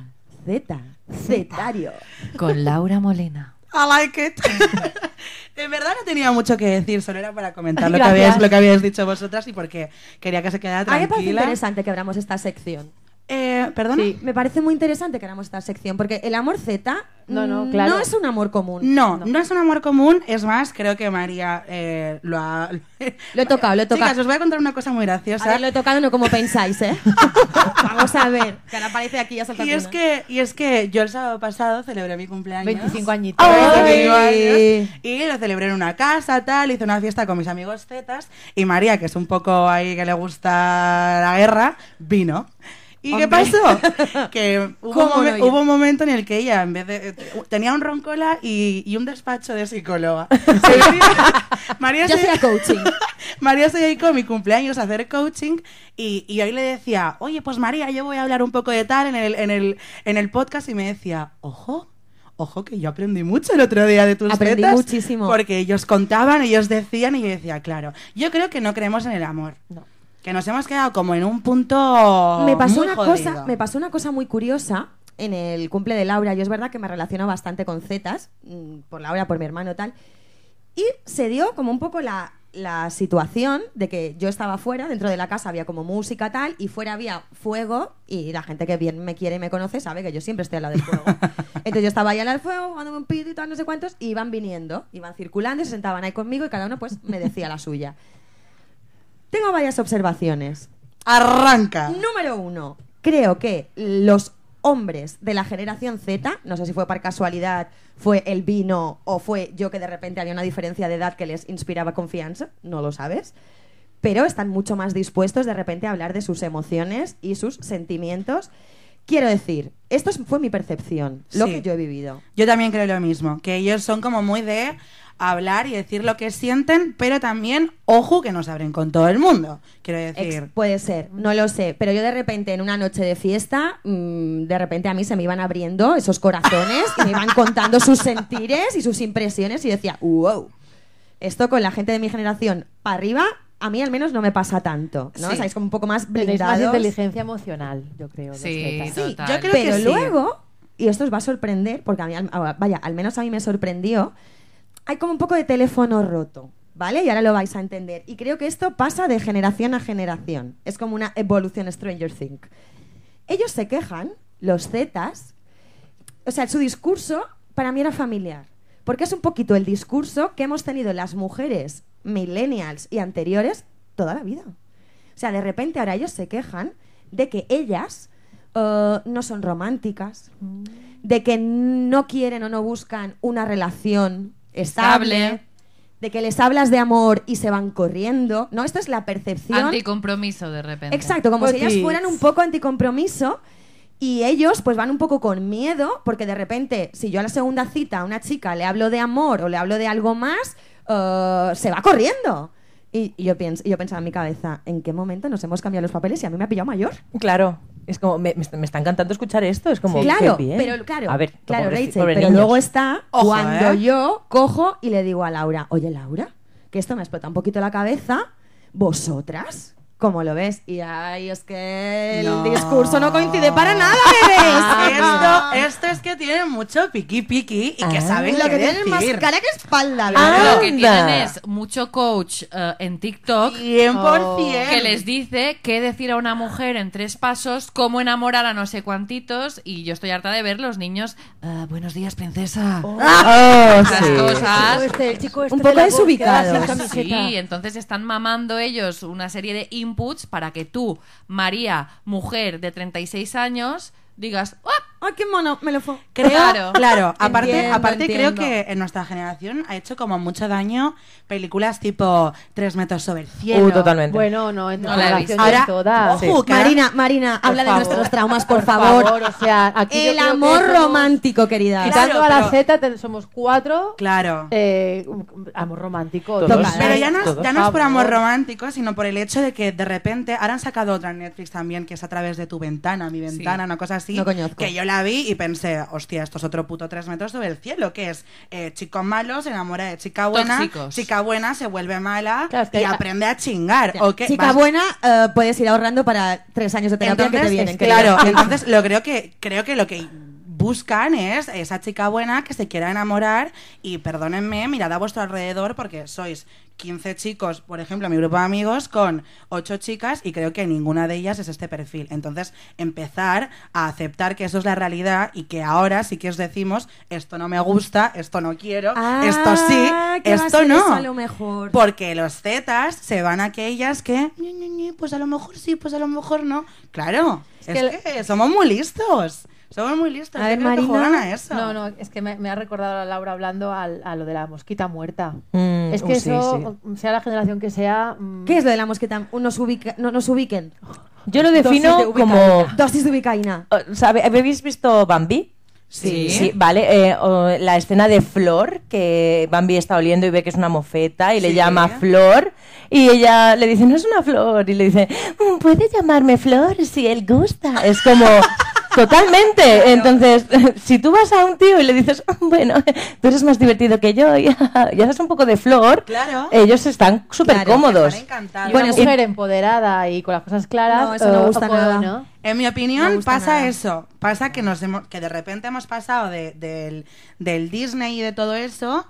S1: Z, Zetario.
S2: con Laura Molina.
S3: I like [LAUGHS] it. En verdad no tenía mucho que decir, solo era para comentar lo que,
S4: Gracias.
S3: habíais, lo que habíais dicho vosotras y porque quería que se quedara
S1: A mí me parece
S3: Ah, tranquila.
S1: interesante que abramos esta sección.
S3: Eh, ¿Perdón?
S4: Sí.
S1: Me parece muy interesante que hagamos esta sección porque el amor Z
S4: No, no,
S1: mm,
S4: claro.
S1: no es un amor común.
S3: No, no, es un amor común, es más, creo que María eh, lo ha...
S1: [LAUGHS] Lo he tocado, lo he
S3: Chicas,
S1: tocado.
S3: os voy a contar una cosa muy
S1: A
S3: graciosa.
S1: ver, lo he tocado no como pensáis, ¿eh? Vamos a ver. Que ahora aparece aquí ya
S3: Y es, que, y es que yo el sábado pasado celebré mi cumpleaños.
S4: 25 añitos.
S3: Ah, Ay.
S1: Ay.
S3: Y lo celebré en una casa, tal, hice una fiesta con mis amigos zetas y María, que es un poco ahí que le gusta la guerra, vino. ¿Y
S1: Hombre.
S3: qué pasó? que hubo un,
S1: ¿Cómo
S3: momen-
S1: no?
S3: hubo un momento en el que ella, en vez de. tenía un roncola y, y un despacho de psicóloga. Se venía- María
S1: Yo
S3: se-
S1: hacía coaching.
S3: María se dedicó a mi cumpleaños a hacer coaching y, y hoy le decía, oye, pues María, yo voy a hablar un poco de tal en el, en el, en el podcast y me decía, ojo. Ojo, que yo aprendí mucho el otro día de tus
S1: Aprendí
S3: tetas",
S1: muchísimo.
S3: Porque ellos contaban, ellos decían y yo decía, claro, yo creo que no creemos en el amor. Que nos hemos quedado como en un punto
S1: me pasó
S3: muy
S1: una
S3: jodido.
S1: cosa me pasó una cosa muy curiosa en el cumple de Laura yo es verdad que me relaciono bastante con Zetas mm, por Laura por mi hermano tal y se dio como un poco la, la situación de que yo estaba fuera dentro de la casa había como música tal y fuera había fuego y la gente que bien me quiere y me conoce sabe que yo siempre estoy al lado del
S3: [LAUGHS]
S1: fuego entonces yo estaba ahí al lado del fuego jugándome un pito y tal no sé cuántos y iban viniendo iban circulando y se sentaban ahí conmigo y cada uno pues me decía la suya tengo varias observaciones
S3: Arranca.
S1: Número uno, creo que los hombres de la generación Z, no sé si fue por casualidad, fue el vino o fue yo que de repente había una diferencia de edad que les inspiraba confianza, no lo sabes, pero están mucho más dispuestos de repente a hablar de sus emociones y sus sentimientos. Quiero decir, esto es- fue mi percepción, lo
S3: Sí.
S1: que yo he vivido.
S3: Yo también creo lo mismo, que ellos son como muy de hablar y decir lo que sienten, pero también, ojo, que nos abren con todo el mundo. Quiero
S1: Ex-
S3: decir,
S1: puede ser, no lo sé, pero yo de repente en una noche de fiesta, mm, de repente a mí se me iban abriendo esos corazones y me iban contando sus sentires y sus impresiones y decía, wow, esto con la gente de mi generación para arriba, a mí al menos no me pasa tanto, ¿no?
S3: Sí.
S1: O sea, es como un poco más
S4: Tenéis más
S1: blindados.
S4: inteligencia emocional, yo creo. los
S2: Sí,
S4: zetas.
S2: total.
S3: yo creo
S1: pero
S3: que sí.
S1: luego, y esto os va a sorprender, porque a mí, al- ah, vaya, al menos a mí me sorprendió, hay como un poco de teléfono roto, ¿vale? Y ahora lo vais a entender. Y creo que esto pasa de generación a generación. Es como una evolución Stranger Things. Ellos se quejan, los Zetas, o sea, su discurso para mí era familiar. Porque es un poquito el discurso que hemos tenido las mujeres millennials y anteriores toda la vida. O sea, de repente ahora ellos se quejan de que ellas eh, no son románticas, de que no quieren o no buscan una relación estable,
S2: Estable.
S1: de que les hablas de amor y se van corriendo. No, esto es la percepción.
S2: Anticompromiso de repente.
S1: Exacto, como si ellas
S3: Potis.
S1: fueran un poco anticompromiso y ellos pues van un poco con miedo porque de repente si yo a la segunda cita a una chica le hablo de amor o le hablo de algo más, eh, se va corriendo. Y, y yo pienso, y yo pensaba en mi cabeza, ¿en qué momento nos hemos cambiado los papeles y a mí me ha pillado mayor?
S5: Claro. Es como, me, me está- me está encantando escuchar esto. Es como,
S1: claro,
S5: qué bien.
S1: pero claro,
S5: A ver,
S1: claro,
S5: pobre-
S1: Rachel,
S5: pobre
S1: pero
S5: niños.
S1: luego está
S3: Ojo,
S1: cuando
S3: ¿eh?
S1: yo cojo y le digo a Laura, oye Laura, que esto me explota un poquito la cabeza, vosotras, ¿cómo lo ves? Y ay, es que el
S3: No.
S1: discurso no coincide para nada, bebés.
S3: [LAUGHS] esto, esto es que tienen mucho piqui piqui y que
S5: Ah.
S3: saben
S1: lo
S3: qué
S1: que tienen
S3: decir.
S1: más cara que espalda,
S5: Ah.
S1: ¿verdad?
S2: Lo que
S5: Anda.
S2: tienen es mucho coach eh, en TikTok
S3: 100%.
S2: que les dice qué decir a una mujer en tres pasos, cómo enamorar a no sé cuantitos, y yo estoy harta de ver los niños. "Ah, buenos días, princesa.
S5: Oh,
S2: Esas
S5: sí.
S2: cosas.
S4: el chico
S1: Un poco desubicados.
S2: Pues Sí, entonces están mamando ellos una serie de inputs para que tú, María, mujer de 36 años, digas, "Ah,
S1: Ay, qué mono, me lo fue.
S3: Creo,
S2: Claro.
S3: claro, aparte,
S1: Entiendo,
S3: aparte
S1: entiendo.
S3: creo que en nuestra generación ha hecho como mucho daño películas tipo Tres metros sobre el cielo.
S5: Uh, totalmente.
S4: Bueno, no, en
S2: No
S4: la
S2: la he
S4: relación
S3: Ahora,
S4: de
S5: Ah,
S4: todas.
S3: ojo, que ahora-
S1: Marina, Marina, habla de
S4: favor.
S1: nuestros traumas, por, favor.
S4: favor, o sea, aquí yo
S1: el
S4: creo que
S1: amor
S4: somos-
S1: romántico, querida.
S4: Quitando
S3: Claro,
S4: a la
S3: pero-
S4: Z, ten- somos cuatro.
S3: Claro.
S4: eh, un- amor romántico.
S5: Todos.
S4: total.
S3: Pero ya no, es-
S5: Todos.
S3: ya no es por amor
S4: Por favor.
S3: romántico, sino por el hecho de que de repente ahora han sacado otra en Netflix también, que es a través de tu ventana, mi ventana, una cosa así.
S1: No conozco.
S3: Que yo la vi y pensé, hostia, esto es otro puto tres metros sobre el cielo, que es eh, chico malo se enamora de chica buena,
S2: Tóxicos.
S3: chica buena se vuelve mala
S4: Claro, es que
S3: y
S4: hay-
S3: aprende a chingar.
S1: Ya.
S3: o que
S1: Chica
S3: vas-
S1: buena, eh, puedes ir ahorrando para tres años de terapia que te vienen. querida.
S3: claro,
S1: [LAUGHS]
S3: entonces lo creo que creo que lo que buscan es esa chica buena que se quiera enamorar y perdónenme, mirad a vuestro alrededor porque sois 15 chicos, por ejemplo, mi grupo de amigos con 8 chicas y creo que ninguna de ellas es este perfil. Entonces, empezar a aceptar que eso es la realidad y que ahora sí que os decimos, esto no me gusta, esto no quiero,
S1: Ah,
S3: esto sí,
S1: que va a
S3: esto
S1: ser
S3: no.
S1: eso a lo mejor.
S3: Porque los zetas se van a aquellas que, "Ñe, Ñe, Ñe, pues a lo mejor sí, pues a lo mejor no. Claro, es,
S4: que
S3: que, somos muy listos. Somos muy listos.
S1: A
S3: Yo
S1: ver,
S3: creo que
S1: Marina.
S3: juegan a eso.
S4: No, no, es que me, me ha recordado a Laura hablando al- a lo de la mosquita muerta.
S5: Mm,
S4: es que
S5: uh, sí,
S4: eso, sea la generación que sea. mm,
S1: ¿Qué es lo de la mosqueta? Unos ubica- no nos ubiquen.
S5: Yo lo
S1: Dosis
S5: defino
S1: de
S5: como...
S1: ubicaína. Dosis de ubicaína.
S5: o sea, ¿Habéis visto Bambi?
S2: Sí.
S5: Sí, vale. eh, o la escena de Flor, que Bambi está oliendo y ve que es una mofeta y le
S3: Sí.
S5: llama Flor. Y ella le dice, no es una flor. Y le dice, "Mm, puede llamarme Flor si él gusta. Es como, totalmente. Entonces, [LAUGHS] si tú vas a un tío y le dices, "Mm, bueno, [LAUGHS] tú eres más divertido que yo [LAUGHS] y, y haces un poco de Flor,
S3: Claro.
S5: ellos están súper
S1: Claro,
S5: cómodos.
S3: Estaré encantada.
S4: Y
S1: Bueno,
S4: una
S1: sí.
S4: mujer empoderada y con las cosas claras.
S1: No, eso no
S4: eh,
S1: gusta
S4: o con-
S1: nada.
S4: ¿no?
S3: En mi
S1: No
S3: opinión,
S1: gusta
S3: pasa
S1: nada.
S3: eso. Pasa que nos hemos, que de repente hemos pasado de- del, del Disney y de todo eso.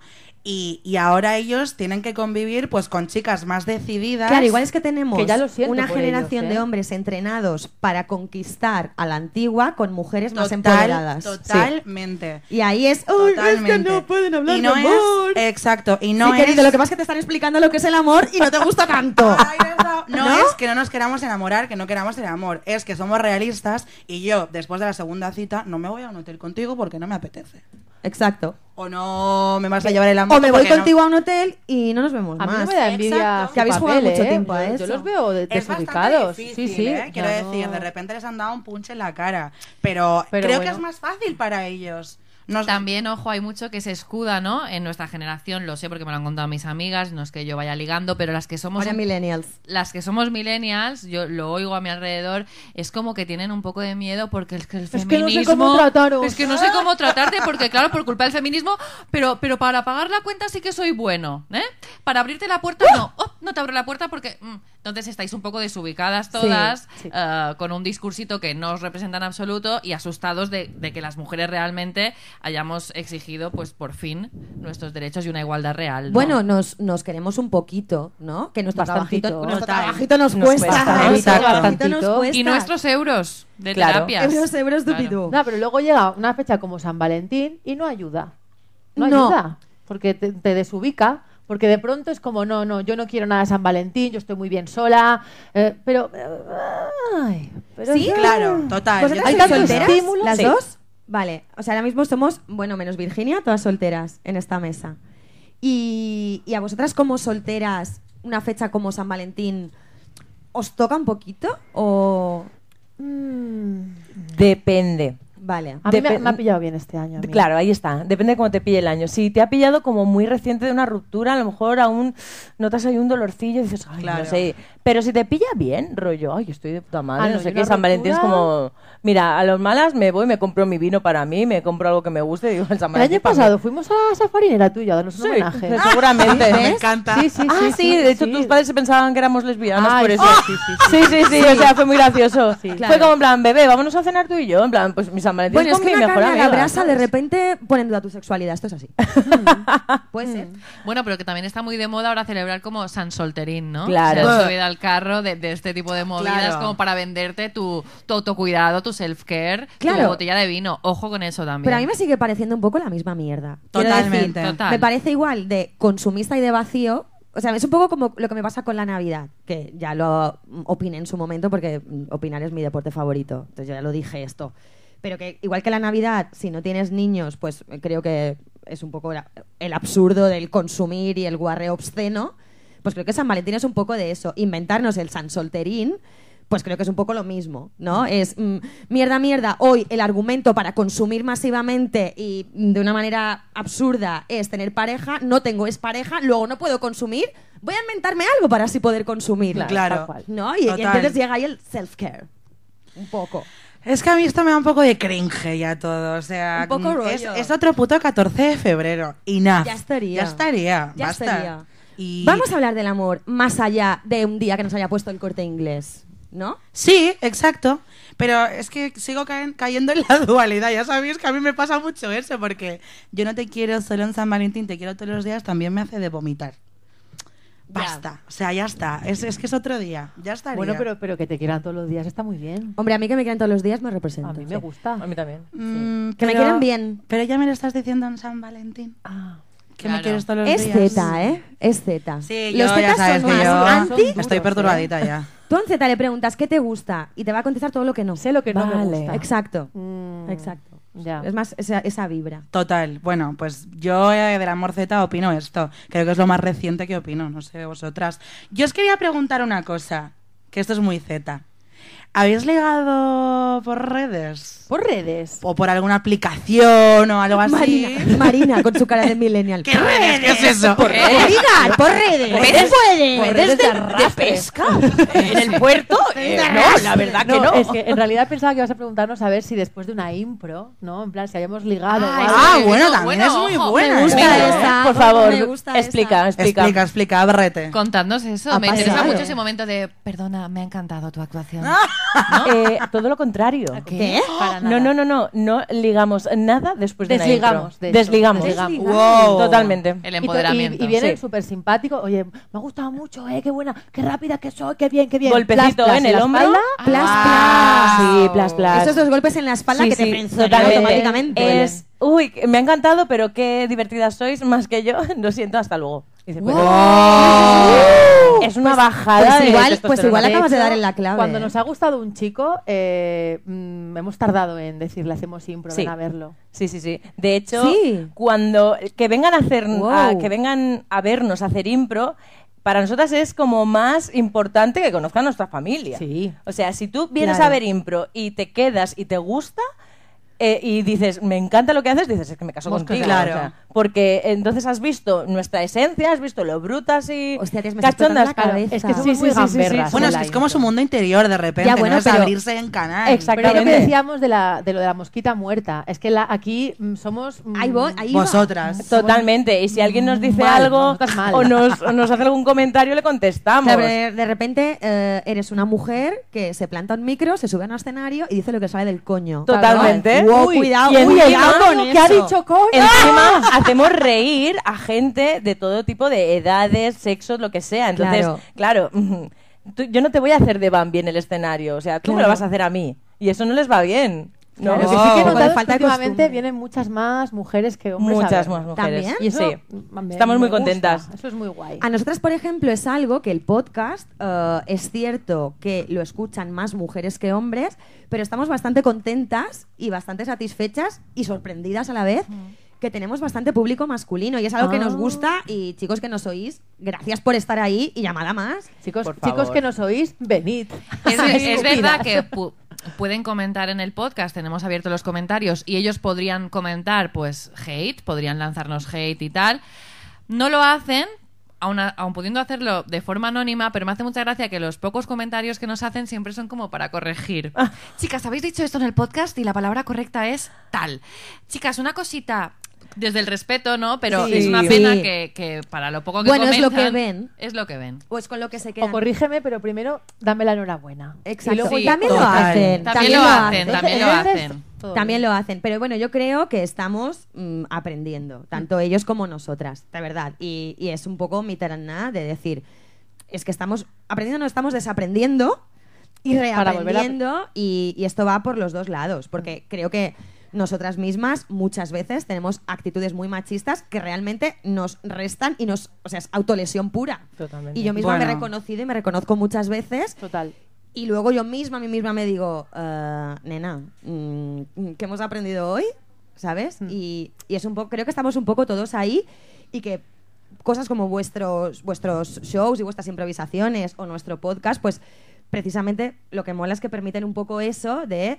S3: Y, y ahora ellos tienen que convivir pues con chicas más decididas.
S1: Claro, igual es que tenemos
S4: Que ya lo siento
S1: una
S4: por
S1: generación
S4: ellos, ¿eh?
S1: de hombres entrenados para conquistar a la antigua con mujeres más
S3: Total-
S1: empoderadas. Sí.
S3: Totalmente.
S1: Y ahí es, "Ay, es que
S3: Totalmente.
S1: no pueden hablar
S3: y no
S1: de
S3: es-
S1: amor.
S3: exacto. Y
S1: no
S3: no
S1: sí, querido,
S3: es.
S1: lo que pasa es que te están explicando lo que es el amor y no te gusta tanto.
S3: [LAUGHS] Ay, eso. No,
S1: ¿No?
S3: es que no nos queramos enamorar, que no queramos el amor. Es que somos realistas y yo, después de la segunda cita, no me voy a un hotel contigo porque no me apetece.
S1: Exacto.
S3: O no me vas a llevar el amor.
S1: O me voy contigo a un hotel y no nos vemos
S4: A mí
S1: Pues más.
S4: no me da envidia.
S3: Exacto.
S4: su
S1: Que habéis jugado
S4: papel,
S1: mucho
S4: ¿eh?
S1: tiempo a
S4: Yo-
S1: eso.
S4: Yo los veo de-
S3: Es bastante
S4: desubicados.
S3: difícil,
S4: sí, sí.
S3: ¿eh? Quiero
S4: Ya no-
S3: decir, de repente les han dado un punch en la cara. Pero,
S4: Pero
S3: creo
S4: bueno.
S3: que es más fácil para ellos. Nos-
S2: También, ojo, hay mucho que se escuda, ¿no? En nuestra generación, lo sé porque me lo han contado mis amigas, no es que yo vaya ligando, pero las que somos
S1: Ahora
S2: un-
S1: millennials.
S2: las que somos millennials, yo lo oigo a mi alrededor, es como que tienen un poco de miedo porque el, el
S4: que no sé
S2: feminismo...
S4: cómo trataros.
S2: Es que no sé cómo tratarte porque, claro, por culpa del feminismo, pero, pero para pagar la cuenta sí que soy bueno, ¿eh? Para abrirte la puerta, no. Oh, no te abro la puerta porque... mm. Entonces estáis un poco desubicadas todas,
S4: sí.
S2: eh, con un discursito que no os representa en absoluto y asustados de, de que las mujeres realmente hayamos exigido, pues por fin, nuestros derechos y una igualdad real. ¿no?
S1: Bueno, nos, nos queremos un poquito, ¿no? Que nuestro
S4: Bastantito.
S1: trabajito, nuestro
S3: Total.
S1: trabajito nos,
S5: Nos
S1: cuesta.
S5: cuesta,
S1: nuestro
S5: exacto.
S1: trabajito nos
S4: Bastantito.
S1: cuesta.
S2: y nuestros euros de
S5: Claro.
S2: terapias.
S1: euros, euros
S2: Claro.
S1: dupidú.
S4: No, pero luego llega una fecha como San Valentín y no ayuda. No,
S1: No.
S4: ayuda. Porque te, te desubica. Porque de pronto es como, no, no, yo no quiero nada de San Valentín, yo estoy muy bien sola. eh, pero. ay, pero
S1: Sí,
S4: yo-
S3: Claro, total. yo
S1: ¿Vosotras
S3: te
S4: ¿Hay
S1: sois
S4: tanto
S3: entiendo.
S1: solteras?
S4: estímulo?
S1: ¿Las
S4: Sí.
S1: dos? Vale. O sea, ahora mismo somos, bueno, menos Virginia, todas solteras en esta mesa. Y, y a vosotras como solteras, una fecha como San Valentín, ¿os toca un poquito o...?
S4: Mm,
S5: Depende.
S1: Vale.
S4: a mí me,
S5: Depen-
S4: me ha pillado bien este año. a mí.
S5: Claro, ahí está. Depende de cómo te pille el año. Si te ha pillado como muy reciente de una ruptura, a lo mejor aún notas ahí un dolorcillo y dices, ay,
S3: Claro.
S5: no sé. Pero si te pilla bien, rollo, ay, estoy de puta madre,
S4: Ah, no,
S5: no sé
S4: yo
S5: qué.
S4: una
S5: San Valentín es
S4: ruptura-
S5: como, mira, a los malas me voy, me compro mi vino para mí, me compro algo que me guste y digo, el San
S4: El
S5: Valentín.
S4: año
S5: pa' mí".
S4: pasado fuimos a la safarinera tuya, a darnos un
S5: Sí,
S4: homenaje. ¿Ah,
S3: Me
S5: [LAUGHS] seguramente.
S3: encanta.
S4: Sí, sí,
S5: ah, sí, de hecho,
S4: sí.
S5: tus padres se pensaban que éramos lesbianas
S4: Ay,
S5: por eso.
S4: sí, sí, sí,
S5: Sí, sí, sí, o sea, fue muy gracioso. Fue
S1: Claro.
S5: como en plan, bebé, vámonos a cenar tú y yo. En plan, pues mi San Valentín
S1: Bueno, es
S5: es
S1: que
S5: con mi
S1: una
S5: mejor
S1: carne a
S5: amiga.
S1: la brasa de
S5: ¿sabes? [LAUGHS]
S1: repente pone en duda tu sexualidad. Esto es así. Puede ser.
S2: Bueno, pero que también está muy de moda ahora celebrar como San Solterín, ¿no?
S5: Claro.
S2: Se han
S5: Buah.
S2: subido al carro de, de este tipo de movidas
S3: Claro.
S2: como para venderte tu, tu autocuidado, tu self-care, tu
S1: Claro.
S2: botella de vino. Ojo con eso también.
S1: Pero a mí me sigue pareciendo un poco la misma mierda. Quiero
S3: Totalmente.
S1: decir,
S2: Total.
S1: Me parece igual de consumista y de vacío. O sea, es un poco como lo que me pasa con la Navidad, que ya lo mm, opiné en su momento porque mm, opinar es mi deporte favorito. Entonces yo ya lo dije esto. Pero que igual que la Navidad, si no tienes niños, pues eh, creo que es un poco la- el absurdo del consumir y el guarreo obsceno. Pues creo que San Valentín es un poco de eso. Inventarnos el San Solterín, pues creo que es un poco lo mismo, ¿no? Es mm, mierda, mierda. Hoy el argumento para consumir masivamente y mm, de una manera absurda es tener pareja. No tengo es pareja, luego no puedo consumir. Voy a inventarme algo para así poder consumir.
S3: Claro.
S4: Tal cual.
S1: ¿No? Y, y
S3: Total.
S1: entonces llega ahí el self-care. Un poco.
S3: Es que a mí esto me da un poco de cringe ya todo, o sea, mm,
S1: Un poco rollo.
S3: es, es otro puto 14 de febrero, enough.
S1: Ya estaría.
S3: Ya estaría,
S1: Ya
S3: basta.
S1: estaría.
S3: Y-
S1: Vamos a hablar del amor más allá de un día que nos haya puesto el corte inglés, ¿no?
S3: Sí, exacto. Pero es que sigo caen- cayendo en la [LAUGHS] dualidad. Ya sabéis que a mí me pasa mucho eso, porque yo no te quiero solo en San Valentín, te quiero todos los días, también me hace de vomitar. Basta. O sea, ya está. Es, es que es otro día. Ya estaría.
S4: Bueno, pero, pero que te quieran todos los días está muy bien.
S1: Hombre, a mí que me quieran todos los días me representa.
S4: A mí me
S1: Sí.
S4: gusta.
S5: A mí también.
S3: Mm,
S1: Que me
S3: pero-
S1: quieran bien.
S3: Pero ya me lo estás diciendo en San Valentín.
S4: Ah.
S3: Que
S2: Claro.
S3: me quieres todos los
S1: Es
S3: días.
S1: Z, ¿eh? Es Z.
S3: Sí,
S1: Los
S3: yo ya
S1: Zetas
S3: sabes
S1: son
S3: que
S1: más
S3: yo
S1: anti.
S4: Son duros,
S3: estoy
S4: ¿eh?
S3: perturbadita ya.
S1: Tú a un Z le preguntas qué te gusta y te va a contestar todo lo que no.
S4: Sé lo que no me
S5: Vale.
S4: gusta.
S1: Exacto.
S4: Mm,
S1: Exacto.
S4: Ya.
S1: Es más, esa, esa vibra.
S3: Total, bueno, pues yo eh, de la morceta opino esto. Creo que es lo más reciente que opino, no sé vosotras. Yo os quería preguntar una cosa, que esto es muy zeta. ¿Habéis ligado por redes?
S4: Por redes.
S3: ¿O por alguna aplicación o algo así?
S1: Marina, Marina, con su cara de millennial.
S3: ¿Qué redes? ¿Qué es eso?
S1: Por redes. Ligar, por redes.
S5: ¿Redes?
S1: puede?
S5: ¿Redes
S1: Redes
S5: de-
S1: de
S5: de
S1: arrastre.
S5: pesca? ¿En el [LAUGHS] puerto? Eh, no, la verdad que no.
S4: Es que en realidad pensaba que ibas a preguntarnos a ver si después de una impro, ¿no? En plan, si habíamos ligado. o algo.
S3: Ah,
S2: Sí,
S3: bueno,
S2: no,
S3: también
S2: bueno,
S3: es muy
S2: ojo,
S3: buena.
S1: me gusta
S3: ¿eh?
S1: esa.
S5: Por
S1: me
S5: favor,
S1: gusta
S5: explica, explica.
S3: Explica, explica, abrete.
S2: Contadnos eso.
S1: Ha
S2: me interesa
S1: pasado. ¡Ah!
S2: mucho ese momento de, perdona, me ha encantado tu actuación.
S5: Eh, todo lo contrario.
S1: ¿Qué?
S4: Para nada.
S5: No, no, no, no, no ligamos nada después de una
S4: Desligamos,
S5: impro.
S4: de hecho.
S5: Desligamos. Oh.
S4: Desligamos.
S3: Wow.
S5: Totalmente.
S2: El
S4: Y to-
S2: empoderamiento.
S4: Y, y vienen
S5: Sí.
S4: súper simpáticos. Oye, me ha gustado mucho, ¿eh? Qué buena, qué rápida que soy, qué bien, qué bien. Plas,
S5: Golpecito
S4: plas,
S5: en
S4: y
S5: el
S4: la
S5: hombro.
S4: espalda,
S1: Plas,
S2: Ah,
S1: plas.
S5: Sí, plas, plas.
S1: Esos dos golpes en la espalda
S5: Sí,
S1: que te
S5: sí,
S1: pensaron
S5: totalmente.
S1: automáticamente.
S5: Es, uy, que me ha encantado, pero qué divertidas sois, más que yo. [LAUGHS] Lo siento, hasta luego. Dice, pues, pero- Es una bajada
S1: pues
S5: de
S1: igual- pues
S5: testosterona.
S1: igual acabas de
S4: hecho,
S1: dar en la clave,
S4: Cuando
S1: ¿eh?
S4: nos ha gustado un chico, eh, mm, hemos tardado en decirle hacemos impro,
S5: Sí.
S4: ven a verlo.
S5: Sí, sí, sí. De hecho,
S1: Sí.
S5: cuando que vengan a hacer
S1: Wow.
S5: a- que vengan a vernos a hacer impro, para nosotras es como más importante que conozcan nuestra familia.
S4: Sí.
S5: O sea, si tú vienes
S4: Claro.
S5: a ver impro y te quedas y te gusta eh, y dices, me encanta lo que haces, dices, es que me caso
S1: Pues
S3: Mosca,
S5: contigo.
S3: claro.
S5: o sea, porque entonces has visto nuestra esencia, has visto lo brutas y
S1: Hostia, tías, me está explotando
S5: cachondas.
S1: la cabeza.
S4: Es que somos
S5: Sí, sí,
S4: muy
S5: sí, sí, sí.
S4: gamberras.
S3: Bueno,
S4: de
S3: es
S4: la
S3: que es como
S4: intro.
S3: su mundo interior de repente,
S1: Ya, bueno,
S3: ¿no? Es
S1: pero-
S3: abrirse en canal.
S5: Exacto.
S4: Pero es lo que
S5: Exactamente.
S4: decíamos de, la, de lo de la mosquita muerta. Es que la, aquí mm, somos... mm,
S1: Ahí voy, ahí va.
S3: Vosotras.
S5: Totalmente. Y si alguien nos dice
S4: Mal, no,
S5: algo
S4: estás mal.
S5: o nos, o nos hace algún comentario, le
S1: O
S5: contestamos.
S1: sea, de, de repente eh, eres una mujer que se planta un micro, se sube a un escenario y dice lo que sale del coño.
S5: Totalmente.
S1: Wow,
S5: Uy,
S1: cuidado,
S5: y
S1: uy,
S5: encima-
S1: cuidado con
S4: ¿Qué ha
S1: eso.
S4: dicho Cora?
S5: Encima hacemos reír a gente de todo tipo de edades, sexos, lo que sea. Entonces, claro, [LAUGHS] tú- yo no te voy a hacer de Bambi en el escenario. O sea, tú me lo
S1: Claro.
S5: vas a hacer a mí. Y eso no les va bien. ¿no?
S1: Claro,
S4: Lo que
S1: Wow.
S5: [LAUGHS]
S4: sí que he
S1: Con
S4: notado es
S1: falta
S4: que
S1: de
S4: últimamente
S1: costumbre.
S4: vienen muchas más mujeres que hombres. a
S5: Muchas
S4: verlo.
S5: más mujeres.
S1: ¿También?
S4: Y eso
S5: Sí.
S4: me-
S5: Estamos
S4: me
S5: muy
S4: gusta.
S5: contentas.
S4: Eso es muy guay.
S1: A nosotras, por ejemplo, es algo que el podcast eh, es cierto que lo escuchan más mujeres que hombres, pero estamos bastante contentas y bastante satisfechas y sorprendidas a la vez que tenemos bastante público masculino y es algo que nos
S4: Mm. Ah.
S1: gusta y chicos que nos oís, gracias por estar ahí y llamada más.
S4: Chicos,
S5: Por
S4: chicos
S5: favor.
S4: que nos oís, venid.
S2: Es, es
S4: Estúpidas.
S2: verdad que pu- pueden comentar en el podcast, tenemos abiertos los comentarios y ellos podrían comentar, pues, hate, podrían lanzarnos hate y tal. No lo hacen, aun, a- aun pudiendo hacerlo de forma anónima, pero me hace mucha gracia que los pocos comentarios que nos hacen siempre son como para corregir.
S1: Ah.
S2: Chicas, habéis dicho esto en el podcast y la palabra correcta es tal. Chicas, una cosita. Desde el respeto, ¿no? Pero
S5: Sí.
S2: es una
S5: Sí.
S2: pena que, que para lo poco que
S1: Bueno, es lo que
S2: comentan,
S1: ven.
S2: Es lo que ven.
S1: Pues con lo que se
S4: O corrígeme, pero primero dame la enhorabuena.
S1: Exacto.
S4: Y luego
S2: Sí,
S4: ya
S1: también lo
S3: total.
S1: hacen.
S2: También lo hacen, también lo
S4: Entonces,
S2: hacen.
S4: todo
S1: También
S4: bien.
S1: lo hacen, pero bueno, yo creo que estamos mm, aprendiendo, tanto ellos como nosotras, de verdad. Y, y es un poco mi taraná de decir, es que estamos aprendiendo, no estamos desaprendiendo y
S4: Para volver a-
S1: reaprendiendo y, y esto va por los dos lados, porque
S4: Mm.
S1: creo que nosotras mismas muchas veces tenemos actitudes muy machistas que realmente nos restan y nos, o sea, es autolesión pura.
S5: Totalmente.
S1: Y yo misma me he
S3: Bueno.
S1: reconocido y me reconozco muchas veces
S4: Total.
S1: y luego yo misma, a mí misma me digo, "Eh, nena, mm, ¿qué hemos aprendido hoy? ¿Sabes? Y, y es un poco, creo que estamos un poco todos ahí y que cosas como vuestros, vuestros shows y vuestras improvisaciones o nuestro podcast, pues precisamente lo que mola es que permiten un poco eso de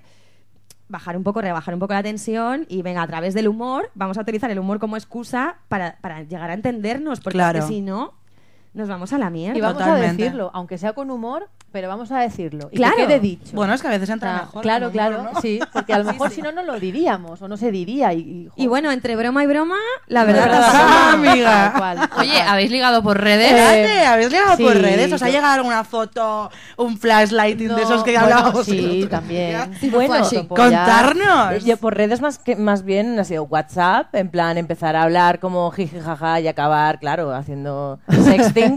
S1: bajar un poco, rebajar un poco la tensión y venga, a través del humor, vamos a utilizar el humor como excusa para, para llegar a entendernos, porque es que
S3: Claro.
S1: si no, nos vamos a la mierda.
S4: Y vamos a
S3: Totalmente.
S4: decirlo, aunque sea con humor, pero vamos a decirlo. Y
S1: Claro.
S4: que quede dicho.
S3: Bueno, es que a veces
S4: O sea,
S3: entra
S1: Ah,
S3: mejor.
S4: claro,
S3: ¿no? ¿Eh?
S4: claro,
S3: ¿no? [LAUGHS]
S4: sí, porque a lo mejor si no, no lo diríamos o no se diría. Y, y,
S1: Y
S4: jo, [LAUGHS]
S1: bueno, entre broma y broma, la
S4: la
S1: verdad,
S4: verdad,
S1: nos
S3: pasada,
S4: pasada,
S3: Ah, amiga.
S4: tal cual, tal
S2: Oye,
S4: cual.
S2: ¿habéis ligado por redes?
S3: Espérate, ¿habéis llegado por
S4: sí,
S3: redes? ¿Os ha
S4: yo-
S3: llegado alguna foto, un flashlight
S4: No,
S3: de esos que
S4: bueno,
S3: hablábamos? el [LAUGHS]
S4: Sí,
S3: otro día?
S4: también.
S5: Bueno,
S4: Flashing.
S3: contarnos.
S5: Yo por redes más que más bien ha sido WhatsApp, en plan empezar a hablar como jiji jaja y acabar, claro, haciendo
S3: [LAUGHS]
S5: sexting.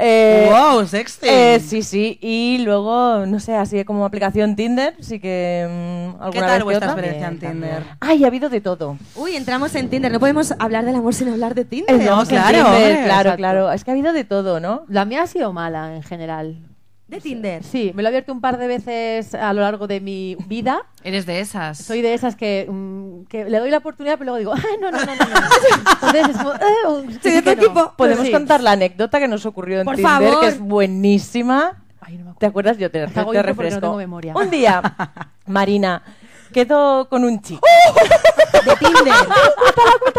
S5: Eh,
S3: wow, sexting.
S5: Eh, sí, sí. Y luego, no sé, así como aplicación Tinder, sí que mm, alguna
S3: ¿Qué
S5: vez
S3: tal
S5: que
S3: vuestra
S5: otra.
S3: experiencia en Tinder?
S5: Ay, ha habido de todo.
S1: Uy, entramos en Tinder. No podemos hablar del amor sin hablar de Tinder.
S3: No,
S5: Vamos en
S3: claro,
S5: Tinder,
S3: hombre,
S5: claro,
S4: exacto.
S5: claro. Es que ha habido de todo, ¿no?
S4: La mía ha sido mala en general.
S1: De Tinder.
S4: Sí, me lo he abierto un par de veces a lo largo de mi vida.
S2: Eres de esas.
S4: Soy de esas que, mm, que le doy la oportunidad, pero luego digo, ah, no, no, no, no.
S3: [LAUGHS]
S4: no". Entonces es como, "Ah, un-
S1: de
S4: que
S1: todo
S4: no".
S3: Pues
S1: tipo.
S5: Podemos
S4: Sí.
S5: contar la anécdota que nos ocurrió en
S1: Por
S5: Tinder,
S1: favor.
S5: que es buenísima.
S4: Ay, no me
S5: ¿Te
S4: acuerdo.
S5: acuerdas? Yo te,
S4: Hago
S5: te
S4: impro porque no
S5: refresco.
S4: tengo memoria. [LAUGHS]
S5: Un día, Marina, quedó con un chico.
S1: De Tinder.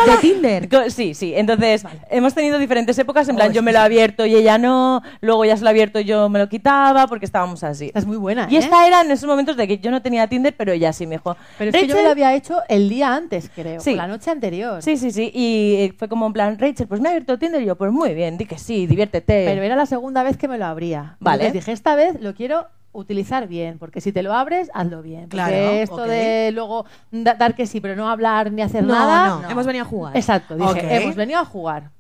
S1: De Tinder.
S5: Co- Sí, sí. Entonces, hemos tenido diferentes épocas.
S4: Oh,
S5: En plan, yo me lo he abierto y ella no. Luego ya se lo he abierto y yo me lo quitaba porque estábamos así.
S4: Estás muy buena,
S5: Y
S4: ¿eh?
S5: esta era en esos momentos de que yo no tenía Tinder, pero ella sí me dijo.
S4: Pero es que yo me
S5: "Rachel,
S4: lo había hecho el día antes, creo.
S5: Sí.
S4: La noche anterior.
S5: Sí, sí, sí. Y eh, fue como en plan, Rachel, pues me he abierto Tinder. Y yo, pues muy bien, di que sí, diviértete.
S4: Pero era la segunda vez que me lo abría.
S5: Vale.
S4: Entonces dije, esta vez lo quiero utilizar bien, porque si te lo abres, hazlo bien. Porque
S3: Claro,
S4: esto
S3: ok.
S4: de luego da- dar que sí, pero no hablar ni hacer
S1: No,
S4: nada.
S1: no, Hemos venido a jugar.
S4: Exacto, dije,
S3: Ok.
S4: hemos venido a jugar.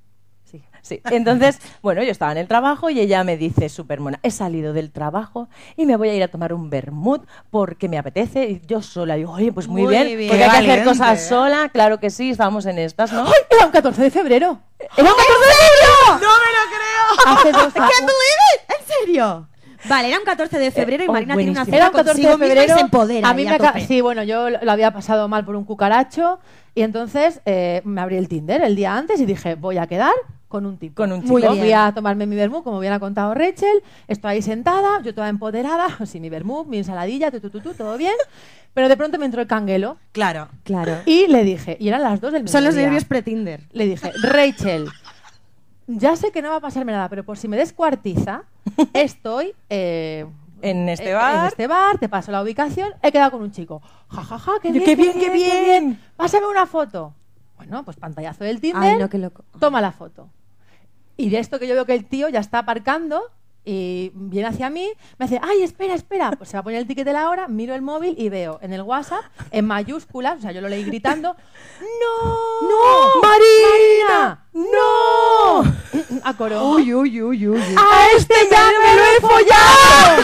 S4: Sí.
S5: Sí. [LAUGHS] Entonces, bueno, yo estaba en el trabajo y ella me dice, súper mona, he salido del trabajo y me voy a ir a tomar un vermut porque me apetece. Y yo sola digo, oye, pues muy,
S1: Muy
S5: bien,
S1: bien.
S5: porque
S3: Qué
S5: hay que hacer
S3: valiente,
S5: cosas
S3: ¿eh?
S5: sola. Claro que sí, estábamos en estas, ¿no?
S4: ¡Ay, era un 14 de febrero!
S5: ¡Era un 14 de febrero!
S3: ¡No me lo creo!
S4: Hace dos
S1: I can't believe it. ¿En serio? Vale, era un 14 de febrero y
S5: Eh, oh,
S1: Marina tiene una
S5: buenísimo.
S1: cita
S4: Era un 14 de
S1: consigo misma y
S4: febrero.
S1: se empodera.
S4: a mí
S1: ahí
S4: me aca-
S1: tope.
S4: sí, bueno, yo lo había pasado mal por un cucaracho y entonces eh, me abrí el Tinder el día antes y dije, voy a quedar con un tipo.
S5: Con un
S4: Muy
S5: chico.
S4: bien. Fui a tomarme mi vermú, como bien ha contado Rachel, estoy ahí sentada, yo toda empoderada, [LAUGHS] sí, mi vermú, mi ensaladilla, tu, tu, tu, tu, todo bien, pero de pronto me entró el canguelo
S3: Claro.
S1: Claro.
S4: y le dije, y eran las dos del
S1: Son los
S4: mediodía.
S1: nervios pre-Tinder.
S4: Le dije, Rachel, ya sé que no va a pasarme nada, pero por si me descuartiza, estoy... eh,
S5: En este
S4: eh, En
S5: bar.
S4: este bar, te paso la ubicación, he quedado con un chico. Ja, ja, ja, qué
S5: Yo,
S4: bien,
S5: qué bien, qué bien.
S4: Pásame una foto. Bueno, pues pantallazo del Tinder.
S1: Ay, no, qué loco.
S4: Toma la foto. Y de esto que yo veo que el tío ya está aparcando y viene hacia mí, me dice, ay, espera, espera. Pues se va a poner el ticket de la hora, miro el móvil y veo en el WhatsApp, en mayúsculas, o sea, yo lo leí gritando, [LAUGHS] ¡No!
S5: ¡No! ¡Marina! ¡No!
S4: A coro.
S1: Uy, uy, uy, uy. uy.
S5: ¡A este ya me lo he follado!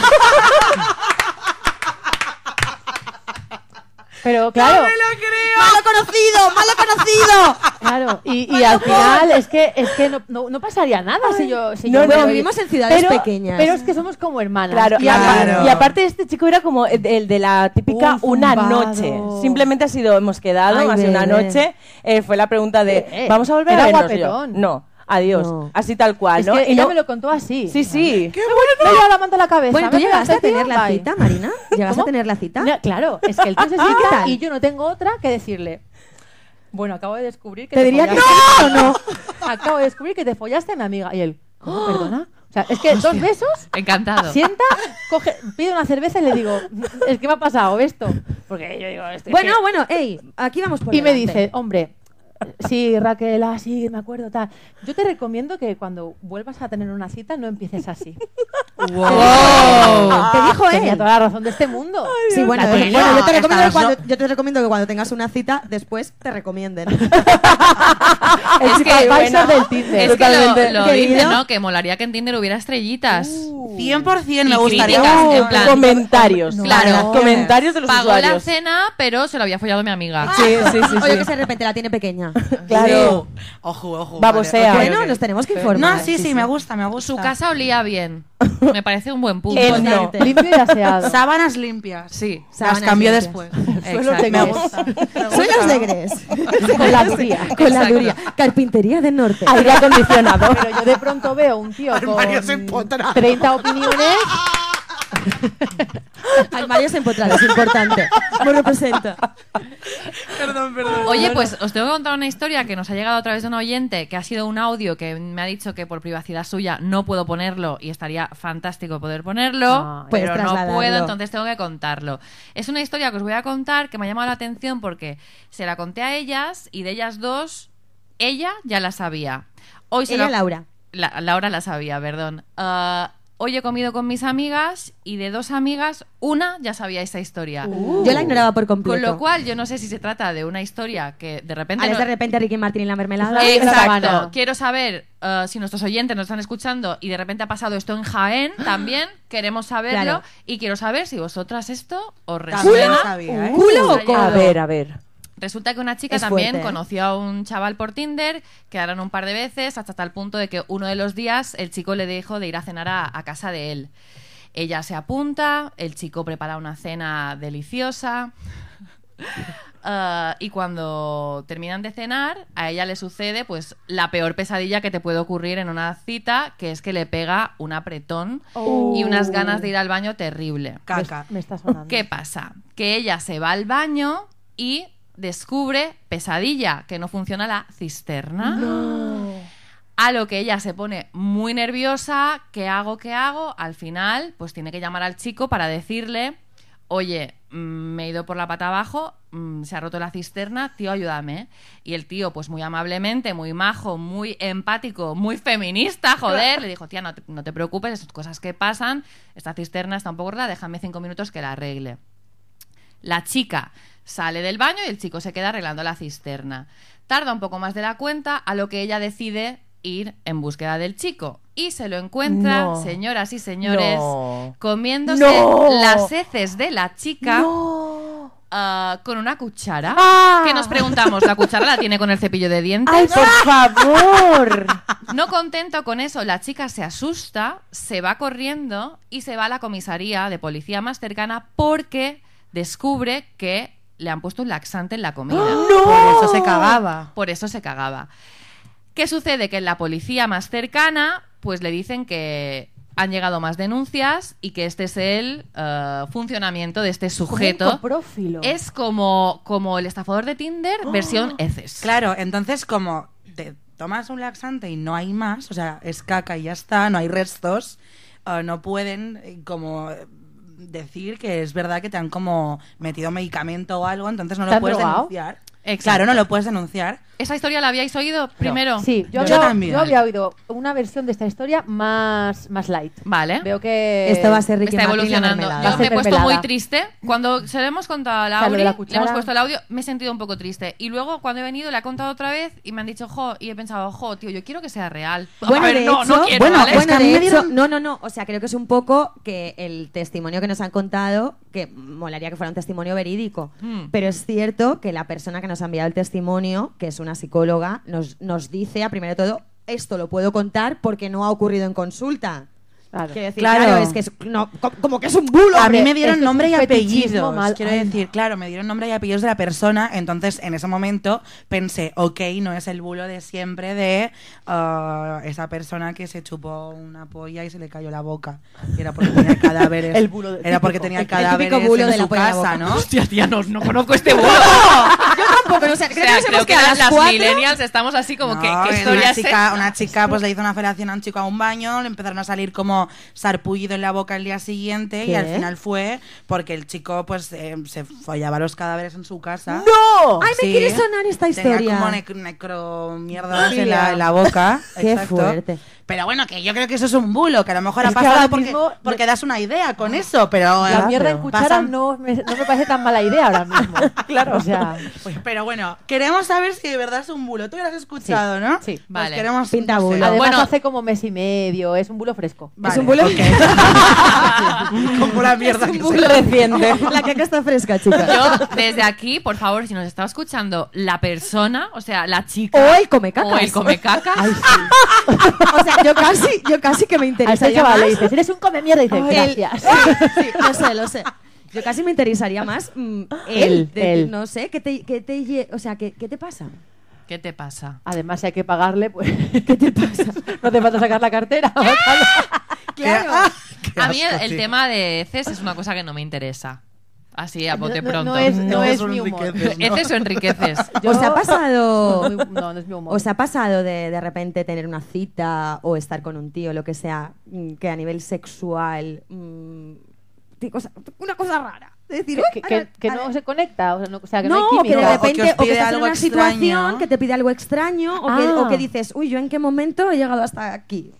S4: Pero claro.
S1: ¡Malo conocido! ¡Malo conocido!
S5: [LAUGHS]
S4: Claro, y, y al final es que, es que no, no, no pasaría nada si yo... Si
S5: No,
S4: yo
S5: no,
S4: me-
S1: vivimos en ciudades
S4: pero,
S1: pequeñas.
S4: Pero es que somos como hermanas.
S5: Claro,
S4: y
S5: y, apa-
S3: Claro.
S5: y aparte este chico era como el el de la típica
S4: Un
S5: una
S4: zumbado.
S5: noche. Simplemente ha sido, hemos quedado,
S1: Ay,
S5: ha sido una
S1: bebé.
S5: noche. Eh, fue la pregunta de,
S4: Eh,
S5: ¿vamos a volver
S4: era
S5: a vernos? Y yo,
S4: guapetón.
S5: no, adiós.
S1: No.
S5: Así tal cual,
S4: es
S5: ¿no?
S4: que
S5: Y
S4: ella
S5: no-
S4: me lo contó así.
S5: Sí, sí.
S4: Me lleva la manta a la cabeza.
S1: Bueno, ¿tú
S4: me
S1: llegaste a
S4: pegaste,
S1: tener
S4: tío,
S1: la
S4: bye.
S1: cita, Marina? [LAUGHS] ¿Llegaste
S4: ¿Cómo?
S1: a tener la cita? Ah,
S4: No, claro, es que el tío se
S1: ¿Qué
S4: sienta
S1: tal?
S4: y yo no tengo otra que decirle. Bueno, acabo de descubrir que
S1: Te diría
S4: follaste-
S1: que sí o no.
S4: [LAUGHS] Acabo de descubrir que te follaste a mi amiga. Y él,
S1: [GASPS]
S4: ¿cómo, perdona? O sea, es que dos besos
S2: Encantado.
S4: Sienta, coge, pide una cerveza y le digo, es que me ha pasado esto. Porque yo digo, este,
S1: Bueno,
S4: que-
S1: bueno, ey, aquí vamos por
S4: Y me
S1: delante.
S4: dice, hombre, sí, Raquel, ah, sí, me acuerdo, tal. Yo te recomiendo que cuando vuelvas a tener una cita no empieces [LAUGHS] así.
S3: [LAUGHS]
S1: Te dijo él.
S4: Tenía toda la razón de este mundo.
S1: Sí, bueno,
S3: Bueno,
S1: bueno, yo, te recomiendo que
S3: estabas,
S1: cuando,
S3: ¿no?
S1: yo te recomiendo que cuando tengas una cita, después te recomienden.
S4: El
S2: Es que,
S4: TripAdvisor
S2: bueno,
S4: del Tinder.
S2: Es que
S1: Totalmente.
S2: lo, lo dice,
S1: Querido.
S2: ¿no? Que molaría que en Tinder hubiera estrellitas.
S3: Uh, 100% me
S2: Y
S3: gustaría.
S2: críticas,
S3: un-
S2: en
S3: un-
S2: plan-
S5: Comentarios.
S2: Claro.
S5: Comentarios de los
S2: Pagó la
S5: usuarios.
S2: cena, pero se lo había follado mi amiga.
S1: Ah.
S5: Sí, sí, sí.
S1: [LAUGHS] Oye,
S5: sí.
S1: que se de repente la tiene [LAUGHS] pequeña.
S5: Claro.
S3: Sí. Ojo, ojo. vale,
S5: Babosea.
S3: ok,
S1: bueno,
S3: ok.
S1: nos tenemos que informar.
S3: No, sí, sí, me gusta, me gusta.
S2: Su casa olía bien. Me parece un buen punto.
S5: Él no.
S1: Importante.
S4: Limpio y aseado.
S3: Sábanas limpias.
S2: Sí.
S1: Sábanas
S3: Las cambió
S1: limpias.
S3: después.
S2: Suelo
S4: de
S3: Me
S4: gres.
S3: gusta. me gusta.
S1: Suelos de gres.
S4: Con la duría.
S1: [LAUGHS] Con la
S2: Exacto.
S1: duría. Carpintería de norte.
S5: Aire acondicionado.
S4: Pero yo de pronto veo un tío con
S3: Armarios empotrados.
S4: 30 opiniones.
S1: Armarios empotrados, importante. Me representa.
S3: Perdón, perdón.
S2: Oye, pues os tengo que contar una historia que nos ha llegado a través de un oyente, que ha sido un audio que me ha dicho que por privacidad suya no puedo ponerlo y estaría fantástico poder ponerlo,
S4: Ah,
S1: puedes
S2: pero no
S1: trasladarlo.
S2: puedo, entonces tengo que contarlo. Es una historia que os voy a contar que me ha llamado la atención porque se la conté a ellas y de ellas dos, ella ya la sabía. Hoy se
S1: Ella,
S2: la-
S1: Laura.
S2: La- Laura la sabía, perdón. Ah, hoy he comido con mis amigas y de dos amigas, una ya sabía esta historia.
S1: Yo la ignoraba por completo.
S2: Uh. Con lo cual, yo no sé si se trata de una historia que de repente.
S1: Ahora es
S2: no-
S1: de repente Ricky Martín y la mermelada.
S4: Eh, la
S2: Exacto.
S4: sabana.
S2: Quiero saber uh, si nuestros oyentes nos están escuchando y de repente ha pasado esto en Jaén también. [GASPS] Queremos saberlo
S1: Claro.
S2: y quiero saber si vosotras esto os
S3: También lo
S2: resuena.
S3: sabía, ¿eh?
S1: ¿Culo o
S2: Sí.
S1: codo?
S5: A ver, a ver.
S2: Resulta que una chica
S1: Es
S2: también
S1: fuerte, ¿eh?
S2: conoció a un chaval por Tinder, quedaron un par de veces hasta tal punto de que uno de los días el chico le dijo de ir a cenar a, a casa de él. Ella se apunta, el chico prepara una cena deliciosa. Ah, [LAUGHS] ah, y cuando terminan de cenar, a ella le sucede pues la peor pesadilla que te puede ocurrir en una cita, que es que le pega un apretón y unas ganas de ir al baño terrible.
S3: Caca.
S4: Pues, Me está sonando.
S2: ¿Qué pasa? Que ella se va al baño y descubre pesadilla, que no funciona la cisterna. A lo que ella se pone muy nerviosa, ¿qué hago? ¿Qué hago? Al final, pues tiene que llamar al chico para decirle, oye, mm, me he ido por la pata abajo, mm, se ha roto la cisterna, tío, ayúdame. Y el tío, pues muy amablemente, muy majo, muy empático, muy feminista, joder, le dijo, tía, no te, no te preocupes, son cosas que pasan, esta cisterna está un poco rota, déjame cinco minutos que la arregle. La chica sale del baño y el chico se queda arreglando la cisterna. Tarda un poco más de la cuenta, a lo que ella decide ir en búsqueda del chico. Y se lo encuentra,
S5: No.
S2: señoras y señores,
S5: No.
S2: comiéndose
S5: No.
S2: las heces de la chica
S5: No.
S2: ah, con una cuchara.
S5: Ah.
S2: Que nos preguntamos, ¿la cuchara la tiene con el cepillo de dientes?
S5: ¡Ay, por favor!
S2: No contento con eso, la chica se asusta, se va corriendo y se va a la comisaría de policía más cercana porque descubre que le han puesto un laxante en la comida.
S3: ¡Ah! Por eso se cagaba.
S2: Por eso se cagaba. ¿Qué sucede? Que en la policía más cercana, pues le dicen que han llegado más denuncias y que este es el eh, funcionamiento de este sujeto.
S4: Prófilo.
S2: Es como, como el estafador de Tinder, versión heces.
S3: ¡Ah! Claro, entonces como te tomas un laxante y no hay más, o sea, es caca y ya está, no hay restos, eh, no pueden eh, como eh, decir que es verdad que te han como metido medicamento o algo, entonces no
S4: ¿Te
S3: lo
S4: han
S3: puedes
S4: drogado?
S3: denunciar.
S2: Exacto.
S3: Claro, no lo puedes denunciar.
S2: ¿Esa historia la habíais oído primero?
S4: Sí, yo,
S3: Yo
S4: había-
S3: también.
S4: yo había oído una versión de esta historia más, más light.
S2: Vale.
S4: Veo que.
S1: Esto va a ser
S2: Me
S1: Ricky
S2: está
S1: Martin y la
S2: evolucionando.
S1: mermelada.
S4: Va
S2: Yo
S4: a
S2: me
S4: ser
S2: he puesto
S4: mermelada.
S2: muy triste. Cuando se lo hemos contado a
S4: sea, lo
S2: Lauri,
S4: de la
S2: le hemos
S4: cuchara.
S2: puesto el audio, me he sentido un poco triste. Y luego, cuando he venido, le he contado otra vez y me han dicho, jo, y he pensado, jo, tío, yo quiero que sea real.
S1: Bueno,
S2: a ver,
S1: de
S2: no,
S1: hecho,
S2: no quiero,
S1: bueno,
S2: ¿vale?
S1: bueno,
S3: Es que a mí
S1: de
S3: me
S1: hecho,
S3: dieron-
S1: no, no, no. O sea, creo que es un poco que el testimonio que nos han contado, que molaría que fuera un testimonio verídico,
S2: Mm.
S1: pero es cierto que la persona que nos ha enviado el testimonio, que es una psicóloga, nos, nos dice, a primero de todo, esto lo puedo contar porque no ha ocurrido en consulta.
S4: Claro.
S1: Quiero decir,
S3: Claro.
S1: claro, es que es, no, co- como que es un bulo.
S3: A mí
S4: hombre,
S3: me dieron
S4: esto es
S3: nombre
S4: un
S3: y
S4: fetichismo
S3: apellidos.
S4: mal-
S3: Quiero
S4: Ay,
S3: decir, claro, me dieron nombre y apellidos de la persona. Entonces, en ese momento pensé, ok, no es el bulo de siempre de ah, esa persona que se chupó una polla y se le cayó la boca. Y era porque
S1: [LAUGHS]
S3: tenía cadáveres.
S4: El bulo de-
S3: Era porque tenía
S1: típico
S3: cadáveres
S1: bulo
S3: en
S1: de la
S3: su
S1: polla en la boca.
S3: casa, ¿no?
S2: Hostia, tía, no, no conozco este bulo.
S1: [LAUGHS] Yo tampoco, no sé, creo
S2: O sea,
S1: que nos hemos
S2: creo que
S1: quedado a
S2: las,
S1: las cuatro.
S2: millennials estamos así como
S3: No,
S2: que, ¿qué
S3: era
S2: historia
S3: una
S2: es
S3: chica,
S2: esta?
S3: una chica pues le hizo una felación a un chico a un baño, le empezaron a salir como sarpullido en la boca el día siguiente y
S1: ¿Qué?
S3: al final fue porque el chico pues eh, se follaba los cadáveres en su casa.
S5: ¡No!
S1: Ay, me
S3: Sí.
S1: quiere sonar esta historia.
S3: Tenía como nec- necromierdas
S4: Hostia.
S3: en la, en la
S4: [LAUGHS]
S3: boca.
S1: Qué
S3: Exacto.
S1: fuerte.
S3: Pero bueno, que yo creo que eso es un bulo, que a lo mejor
S4: Es
S3: ha
S4: que ahora
S3: pasado porque,
S4: mismo- Ah.
S3: porque das una idea con eso, pero... eh,
S4: La mierda en
S3: pasan-
S4: cuchara no me, no me parece tan mala idea ahora mismo. claro. O sea,
S3: Pues, Pero bueno, queremos saber si de verdad es un bulo. Tú lo has escuchado, ¿no?
S4: sí.
S3: Pues
S2: Vale.
S3: queremos...
S1: Pinta
S3: no sé.
S1: bulo.
S4: además
S2: Bueno.
S4: hace como mes y medio, es un bulo fresco.
S1: es un bulo.
S3: [LAUGHS] Como la mierda. que se-
S1: reciente.
S3: [LAUGHS]
S1: La caca está fresca, chicas.
S2: Yo, desde aquí, por favor, si nos está escuchando la persona, o sea, la chica.
S1: O el comecacas.
S2: O el comecacas.
S1: [LAUGHS] O sea, yo casi, yo casi que me
S4: A ese
S1: interesaría
S4: chaval
S1: más.
S4: le dices, eres un come mierda, y dice,
S1: el-
S4: gracias.
S1: [LAUGHS] Sí, lo sé, lo sé. Yo casi me interesaría más mm, él,
S4: Él,
S1: de-
S4: él.
S1: no sé, ¿qué te, qué te lle- o sea, ¿qué, qué te pasa?
S2: ¿Qué te pasa?
S4: Además, si hay que pagarle, pues. [LAUGHS] ¿Qué te pasa? No te falta sacar la cartera.
S3: Claro. [LAUGHS]
S2: A mí el, el tema de heces es una cosa que no me interesa. Así, a bote
S4: No- no-
S2: pronto. Pues
S4: No es, no
S3: No,
S4: es
S3: son
S4: mi humor.
S3: riquezas. no.
S2: ¿Heces o enriqueces?
S4: Yo-
S1: ¿Os ha pasado,
S3: [LAUGHS]
S4: No, no, no es mi humor.
S1: os ha pasado de, de repente tener una cita o estar con un tío, lo que sea, mm, que a nivel sexual, mm, ti- cosa- una cosa rara? De decir,
S4: que,
S1: "Uy, a
S4: que,
S1: ver,
S4: que
S1: a
S4: no
S1: ver".
S4: se conecta, o sea, no, o sea, que no,
S1: no,
S4: hay
S1: que de
S3: o
S4: química.
S3: que
S1: repente
S3: os
S1: o que,
S3: pide
S1: estás en
S3: algo
S1: una
S3: extraño.
S1: situación que te pide algo extraño o, que,
S4: Ah.
S1: o que dices, uy, yo en qué momento he llegado hasta aquí.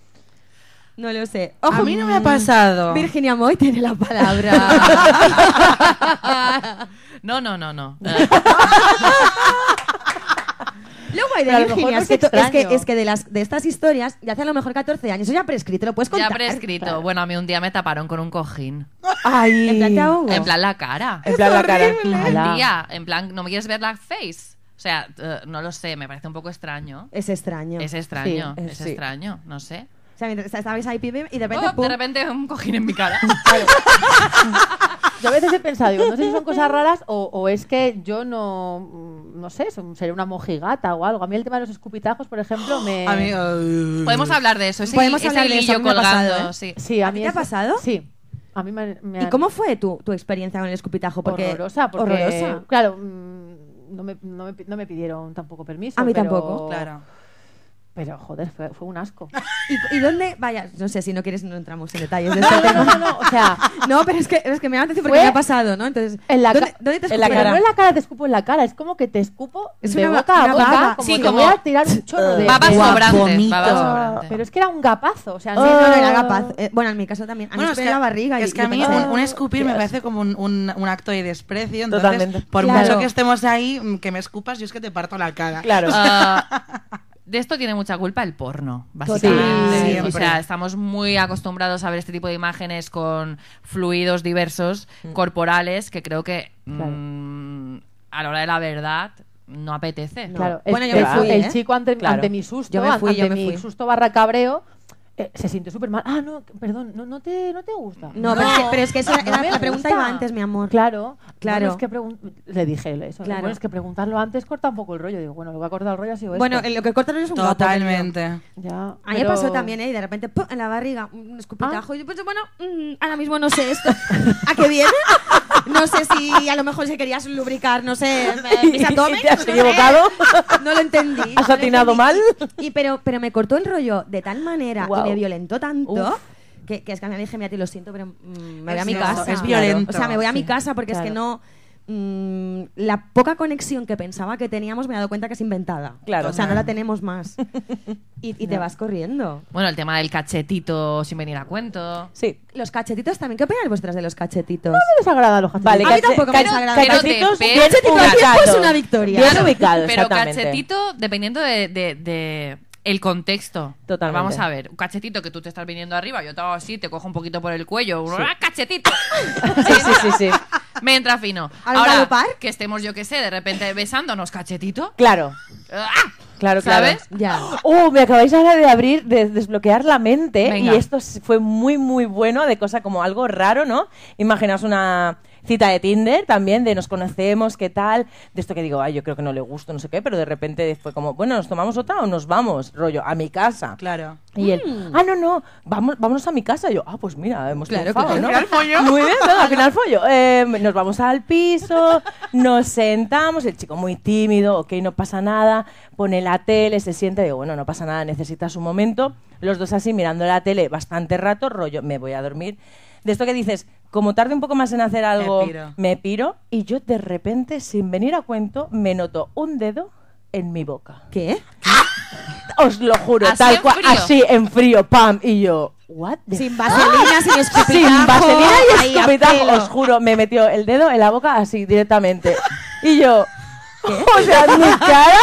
S1: No lo sé. Ojo,
S3: A mí no me ha pasado.
S1: Virginia Moy tiene la palabra.
S4: [LAUGHS]
S2: No, no, no, no.
S1: Luego hay
S4: Pero a
S1: de
S4: lo mejor
S1: Virginia,
S4: no
S1: es que,
S4: es
S1: to- es que,
S4: extraño.
S1: es que de, las, de estas historias, ya hace a lo mejor 14 años, eso ya prescrito, lo puedes
S2: Ya
S1: contar.
S2: prescrito. Bueno, a mí un día me taparon con un cojín.
S5: Ay.
S1: En plan, te ahogo.
S2: En plan la cara.
S5: En plan la cara.
S4: Ala.
S2: Un día, en plan, ¿no me quieres ver la face? O sea, eh, no lo sé, me parece un poco extraño.
S1: Es extraño.
S2: Es extraño,
S5: Sí, eh,
S2: es
S5: sí.
S2: extraño, no sé.
S1: O sea, mientras estabais ahí, pim, pim, y de repente,
S2: Oh, [LAUGHS]
S1: pum,
S2: de repente un cojín en mi cara.
S4: Yo a veces he pensado, digo, no sé si son cosas raras o, o es que yo no, mm, no sé, son- seré una mojigata o algo. A mí el tema de los escupitajos, por ejemplo, me...
S3: Amigo.
S2: Podemos hablar de eso. Ese,
S1: Podemos
S2: ese
S1: hablar de eso,
S2: hilillo
S1: que me ha
S2: colgando,
S1: pasado, ¿eh?
S2: sí.
S4: Sí, a,
S1: ¿A ti
S4: mí
S1: te ha
S4: eso-
S1: pasado?
S4: Sí. A mí me, me
S1: ¿Y
S4: han-
S1: cómo fue tu, tu experiencia con el escupitajo? Porque,
S4: horrorosa, porque
S1: horrorosa.
S4: claro, mm, no me, no, me, pi- no me pidieron tampoco permiso.
S1: A mí
S4: pero-
S1: tampoco.
S3: Claro.
S4: Pero joder, fue, fue un asco.
S1: ¿Y, y dónde? Vaya, no sé, si no quieres no entramos en detalles de
S4: [LAUGHS] No,
S1: este
S4: no, no,
S1: tema.
S4: no, no, o sea,
S1: No, pero es que, es que me ha apetecido porque
S4: Fue
S1: me ha pasado, ¿no? Entonces,
S4: en la
S1: ¿dónde,
S4: ca-
S1: dónde te
S5: en la
S1: escupieron?
S4: Pero
S5: cara.
S4: no en la cara te escupo en la cara, es como que te escupo
S1: Es
S4: de
S1: una-
S4: boca a
S1: una
S4: boca,
S1: baba.
S4: como
S2: Sí,
S4: te
S2: como-
S4: voy a tirar un chorro de...
S2: Babas
S4: Guau,
S2: sobrantes.
S3: bonito.
S2: babas
S4: Ah,
S2: sobrantes.
S4: Pero es que era un gapazo, o sea,
S1: Sí,
S4: no-
S1: no, no
S4: no
S1: era capaz. Eh, bueno, en mi caso también. A mí
S3: Bueno,
S1: es que, la barriga. y-
S3: es que
S1: y
S3: a mí
S1: pensé-
S3: un, un escupir me
S5: Dios.
S3: parece como un, un- un acto de desprecio. Entonces,
S5: Totalmente.
S3: por
S1: Claro.
S3: mucho que estemos ahí, mm, que me escupas, yo es que te parto la cara.
S5: Claro.
S2: Ah, de esto tiene mucha culpa el porno,
S5: Total,
S2: básicamente.
S3: siempre.
S2: o sea, estamos muy acostumbrados a ver este tipo de imágenes con fluidos diversos, corporales, que creo que
S4: Claro.
S2: mm, a la hora de la verdad no apetece.
S4: Claro,
S1: Bueno,
S4: el,
S1: yo me
S4: el-
S1: fui,
S4: el
S1: ¿eh?
S4: chico ante,
S5: Claro.
S4: ante mi susto,
S1: Yo me fui,
S4: ante
S1: yo me
S4: mi
S1: fui.
S4: susto barra cabreo, eh, se sintió súper mal. Ah, no, perdón, no, no, te, no te gusta.
S1: No, Pero, es que, pero es que esa
S4: No
S1: era-
S4: me
S1: la pregunta
S4: gusta.
S1: iba antes, mi amor.
S4: Claro,
S1: Claro.
S4: Bueno, es que pregun- le dije eso.
S1: Claro.
S4: Bueno, es que preguntarlo antes corta un poco el rollo. Digo, bueno, lo que ha cortado el rollo ha sido
S1: Bueno,
S4: esto.
S1: en lo que cortaron es un guapo,
S3: Totalmente.
S4: Ya,
S1: A mí me
S4: pero-
S1: pasó también, ¿eh? Y de repente, ¡pum! en la barriga, un escupitajo.
S5: Ah.
S1: Y yo pensé, bueno, mm, ahora mismo no sé esto. ¿A qué viene? No sé si a lo mejor si querías lubricar, no sé, eh, mis
S5: Y- y
S1: abdomen,
S5: [LAUGHS] te has
S1: no sé.
S5: equivocado.
S1: No lo entendí. no
S5: Has
S1: lo
S5: atinado
S1: entendí.
S5: mal.
S1: Y, pero, pero me cortó el rollo de tal manera
S5: Guau.
S1: y me violentó tanto
S5: Uf.
S1: que, que es que a mí me dije, mira, te lo siento, pero mm, me voy a
S3: Es
S1: mi
S3: violento,
S1: casa.
S3: es violento.
S1: O sea, me voy a mi
S4: Sí,
S1: casa porque es que no... mm, la poca conexión que pensaba que teníamos me he dado cuenta que es inventada.
S5: Claro.
S1: O sea, no la tenemos más. Y, y te vas corriendo.
S2: Bueno, el tema del cachetito sin venir a cuento.
S5: Sí.
S1: Los cachetitos también. ¿Qué opináis vosotras de los cachetitos?
S4: me desagrada los
S5: Vale,
S1: A mí
S5: cache-
S1: tampoco me
S5: cache-
S1: desagrada.
S2: Pero
S5: cachetitos
S2: te
S5: bien
S2: pega. Cachetito al tiempo
S5: ubicados.
S1: es una victoria.
S5: Bien
S1: Claro,
S5: ubicado,
S2: pero
S5: exactamente.
S2: cachetito dependiendo de, de- de el contexto.
S5: Totalmente.
S2: Vamos a ver, un cachetito que tú te estás viniendo arriba, yo te hago así, te cojo un poquito por el cuello, un ¡ah,
S5: [LAUGHS]
S2: cachetito.
S5: Sí, sí, sí, sí.
S2: Me entra fino.
S1: ¿Al
S2: Ahora,
S1: galopar?
S2: que estemos, yo que sé, de repente besándonos, cachetito.
S5: Claro,
S2: ¡Ah!
S5: claro, claro.
S2: ¿Sabes?
S1: Ya.
S5: Oh, me acabáis ahora de abrir, de desbloquear la mente
S2: Venga.
S5: y esto s- fue muy, muy bueno, de cosa como algo raro, ¿no? Imaginaos una cita de Tinder también, de nos conocemos, qué tal, de esto que digo, ay, yo creo que no le gusto, no sé qué, pero de repente fue como, bueno, ¿nos tomamos otra o nos vamos? Rollo, a mi casa.
S3: Claro.
S5: Y él,
S3: Mm.
S5: ah, no, no, vamos, vámonos a mi casa. Y yo, ah, pues mira, hemos
S1: Claro,
S5: triunfado,
S1: claro.
S5: ¿no?
S3: Al final follo.
S5: Muy bien, ¿no? al final follo. Eh, nos vamos al piso, nos sentamos, el chico muy tímido, ok, no pasa nada, pone la tele, se sienta, digo, bueno, no pasa nada, necesita su momento. Los dos así mirando la tele bastante rato, rollo, me voy a dormir. De esto que dices, como tarde un poco más en hacer algo,
S3: piro.
S5: me piro y yo de repente, sin venir a cuento, me noto un dedo en mi boca.
S1: ¿Qué?
S5: Os lo juro,
S2: Así
S5: tal
S2: en
S5: cual,
S2: frío.
S5: así en frío, pam. Y yo, ¿what? the
S1: Sin vaselina, sin escupitajo.
S5: sin vaselina y
S1: ahí a
S5: escupitajo,
S1: pelo.
S5: os juro, me metió el dedo en la boca así directamente. Y yo, o sea,
S4: [LAUGHS]
S5: mi cara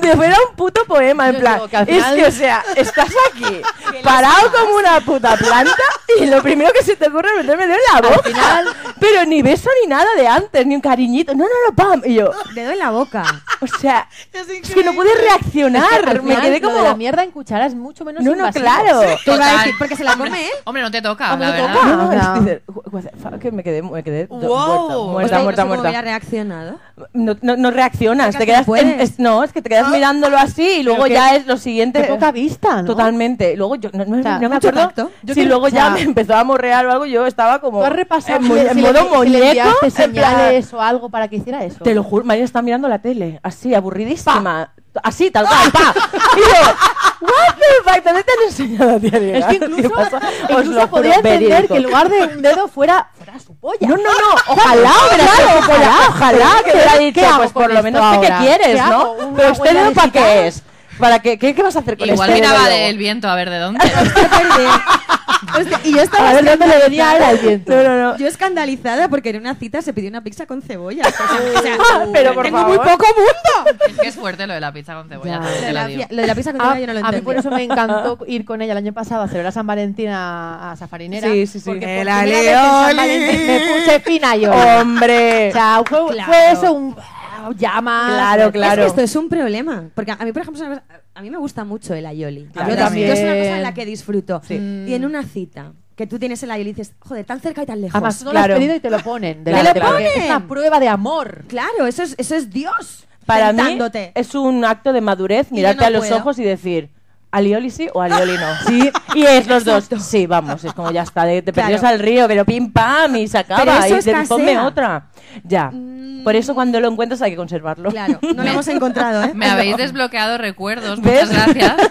S5: de ver a un puto poema, en
S4: Yo
S5: plan,
S4: digo que al
S5: es
S4: final-
S5: que, o sea, estás
S4: [LAUGHS]
S5: aquí, parado como una puta planta y lo primero que se te ocurre es meterme el dedo en la boca. [LAUGHS] Pero ni beso ni nada de antes, ni un cariñito, no, no, no, pam. Y yo,
S1: Dedo en la boca.
S5: o sea,
S3: Es
S5: es que no pude reaccionar,
S4: Al
S5: me
S4: final,
S5: quedé
S4: lo
S5: como...
S4: de la mierda en cuchara es mucho menos
S5: No, no,
S4: invasivo.
S2: [LAUGHS]
S5: claro.
S1: Te iba a
S2: Total.
S1: decir, porque se la come él.
S2: Hombre, no te toca,
S4: Hombre,
S2: la
S4: no
S2: verdad.
S4: toca.
S5: No, no,
S4: Ah,
S5: es
S4: no.
S5: decir, what the fuck, que me quedé, me quedé do-
S3: Wow.
S4: Pues
S5: muerta,
S1: Ostras,
S5: muerta,
S1: no sé cómo
S5: muerta,
S1: hubiera
S5: muerta.
S1: reaccionado.
S5: No, no, no reaccionas,
S1: Porque así
S5: te quedas.
S1: no puedes.
S5: en- es- no, es que te quedas mirándolo así y luego
S4: Ah. qué-
S5: ya es lo siguiente.
S4: Qué poca vista, ¿no?
S5: Totalmente. Luego yo no, no-
S4: sea,
S5: no me
S4: exacto.
S5: acuerdo.
S4: Yo
S5: si
S4: creo-
S5: luego
S4: o sea,
S5: ya me empezó a morrear o algo, yo estaba como.
S4: ¿Tú has repasado
S5: en, mo-
S4: si le-
S5: en
S4: si le-
S5: modo
S4: si le
S5: muñeco.
S4: enviaste
S5: en plan-
S4: señales o algo para que hiciera eso?
S5: te lo juro, María está mirando la tele, así, aburridísima. Así, tal cual, pa. Y yo, what the fuck, ¿dónde te han enseñado a ti a
S4: Es que
S5: llegar? ¿Qué
S4: incluso, [LAUGHS]
S5: pasa? Os
S4: incluso
S5: lo juro,
S4: podría entender
S5: verídico.
S4: que en lugar de un dedo fuera, fuera su polla.
S5: No, no, no, ojalá, hubiera sido, ojalá, ojalá, que hubiera dicho, pues por lo menos sé que quieres, ¿no? Pero este dedo para qué es? ¿Para qué, qué, qué vas a hacer con
S2: Igual
S5: este dedo
S2: miraba
S5: luego?
S2: del viento a ver de dónde.
S1: Qué perdida. Hostia, y yo estaba
S5: A ver dónde le venía él al viento. No, no, no.
S1: Yo escandalizada porque en una cita se pidió una pizza con cebolla. O sea,
S5: Ah, [LAUGHS] pero por
S1: tengo
S5: favor.
S1: muy poco mundo.
S2: es que es fuerte lo de la pizza con cebolla.
S4: Ya.
S2: también
S1: Lo
S2: te
S1: de
S2: lo
S1: la,
S2: digo.
S1: lo de la pizza con
S4: A,
S5: Ah,
S1: cebolla yo no lo
S4: Ah, a mí
S1: entendí.
S4: por eso me
S5: [LAUGHS]
S4: encantó ir con ella el año pasado a celebrar San Valentín a, a Safarinera.
S5: Sí, sí, sí.
S4: porque por
S3: El
S4: primera vez en San
S3: Alioli.
S4: Valentín Me puse fina yo.
S5: [LAUGHS] Hombre.
S4: O sea, fue, fue
S1: Claro.
S4: eso un llama.
S5: Claro,
S1: Es
S5: claro.
S1: que esto es un problema. Porque a mí, por ejemplo, es una cosa- a mí me gusta mucho el aioli.
S5: Claro.
S1: yo
S5: Yo
S1: también. Yo es una
S4: también.
S1: cosa en la que disfruto. Y en una cita, que tú tienes el aire y dices, joder, tan cerca y tan lejos.
S4: Además, tú no lo
S5: claro.
S4: has pedido y te lo ponen.
S5: Te
S4: delante,
S5: lo
S4: porque
S1: ponen.
S4: Es una prueba de amor.
S1: Claro, eso es, eso es Dios.
S5: Para mí
S1: tentándote.
S5: es un acto de madurez
S1: yo
S5: mirarte
S1: no
S5: a los
S1: puedo.
S5: ojos y decir, alioli sí o alioli no. Sí, [LAUGHS] y es los dos. Sí, vamos, es como ya está, de, te
S1: Claro.
S5: perdió al río, pero pim pam y se acaba
S1: eso
S5: y te-
S1: escasea.
S5: ponme otra. Ya. Por eso cuando lo encuentras hay que conservarlo. [LAUGHS]
S1: Claro, no lo hemos encontrado,
S3: [LAUGHS]
S1: ¿eh?
S2: Me habéis desbloqueado recuerdos,
S5: ¿Ves?
S2: muchas gracias.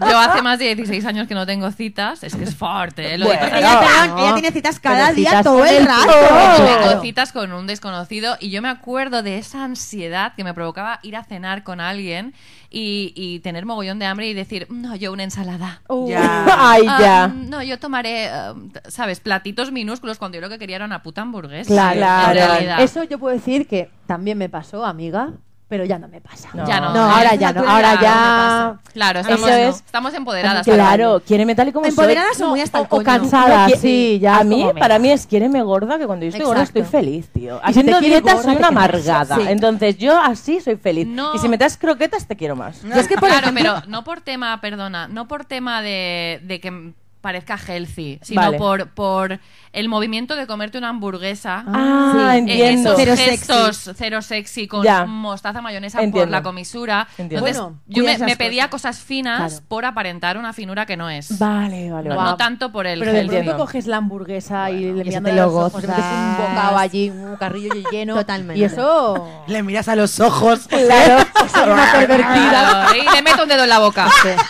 S5: [LAUGHS]
S2: Yo hace más de 16 años que no tengo citas, es que es fuerte, ¿eh? Lo
S5: Bueno.
S2: digo
S5: [LAUGHS]
S1: Ella,
S5: No.
S1: te- ella tiene citas cada
S4: Pero
S1: día
S4: citas
S1: todo
S4: con
S1: el
S4: el
S1: rato.
S4: culo.
S2: Tengo
S4: Claro.
S2: citas con un desconocido y yo me acuerdo de esa ansiedad que me provocaba ir a cenar con alguien y, y tener mogollón de hambre y decir, no, yo una ensalada.
S1: Uh. [LAUGHS]
S3: Ya.
S5: Ay,
S2: Ah,
S5: ya.
S2: mm, no, yo tomaré, ah, t- ¿sabes? Platitos minúsculos cuando yo lo que quería era una puta hamburguesa.
S5: Claro.
S2: en realidad.
S4: Eso yo puedo decir que también me pasó, amiga, pero ya no me pasa.
S5: No.
S2: Ya no.
S4: No, ahora ya no, ahora
S2: Claro, me
S4: ya-
S2: pasa. Claro,
S5: Eso
S2: estamos,
S5: es-
S2: estamos empoderadas.
S5: Claro, quiéreme tal y como
S1: Empoderadas
S5: soy.
S1: o muy hasta el
S4: o
S1: coño.
S4: cansada.
S5: No, qui-
S4: sí, ya
S5: a
S4: es
S5: mí,
S4: como me-
S5: para mí es quiéreme gorda, que cuando yo estoy gorda
S4: Exacto.
S5: estoy feliz,
S4: Y
S5: tío.
S4: si te
S5: Haciendo
S4: quieres
S5: dietas
S4: gorda,
S5: soy
S4: te
S5: una
S4: quieres.
S5: amargada.
S4: Sí.
S5: Entonces yo así soy feliz.
S2: No.
S5: Y si me das croquetas te quiero más.
S1: Yo es que, por
S2: claro,
S1: ejemplo,
S2: pero no por tema, perdona, no por tema de, de que m- parezca healthy, sino
S5: Vale.
S2: por, por el movimiento de comerte una hamburguesa.
S5: Ah,
S1: Sí.
S2: Eh,
S5: entiendo.
S2: Esos
S1: Cero
S2: gestos cero sexy con
S5: Ya.
S2: mostaza mayonesa por
S5: Entiendo.
S2: la comisura.
S5: Entiendo.
S2: Entonces,
S4: Bueno,
S2: yo
S1: cuida
S2: me,
S1: esas
S2: me pedía
S1: cosas.
S2: cosas finas
S4: Claro.
S2: por aparentar una finura que no es.
S5: Vale, vale,
S2: No,
S5: vale.
S2: no tanto por el
S4: Pero de
S2: healthy.
S4: pronto
S5: Entiendo.
S4: coges la hamburguesa y le
S1: eso
S4: miras
S1: te
S4: los
S1: lo
S4: ojos, le metes un
S1: gozas.
S4: bocado allí, un carrillo lleno.
S1: Totalmente.
S4: Y eso...
S3: Le miras a los
S2: [LAUGHS]
S3: ojos.
S5: Claro, soy una pervertida.
S2: Claro, y le meto un dedo en la boca.
S4: [LAUGHS]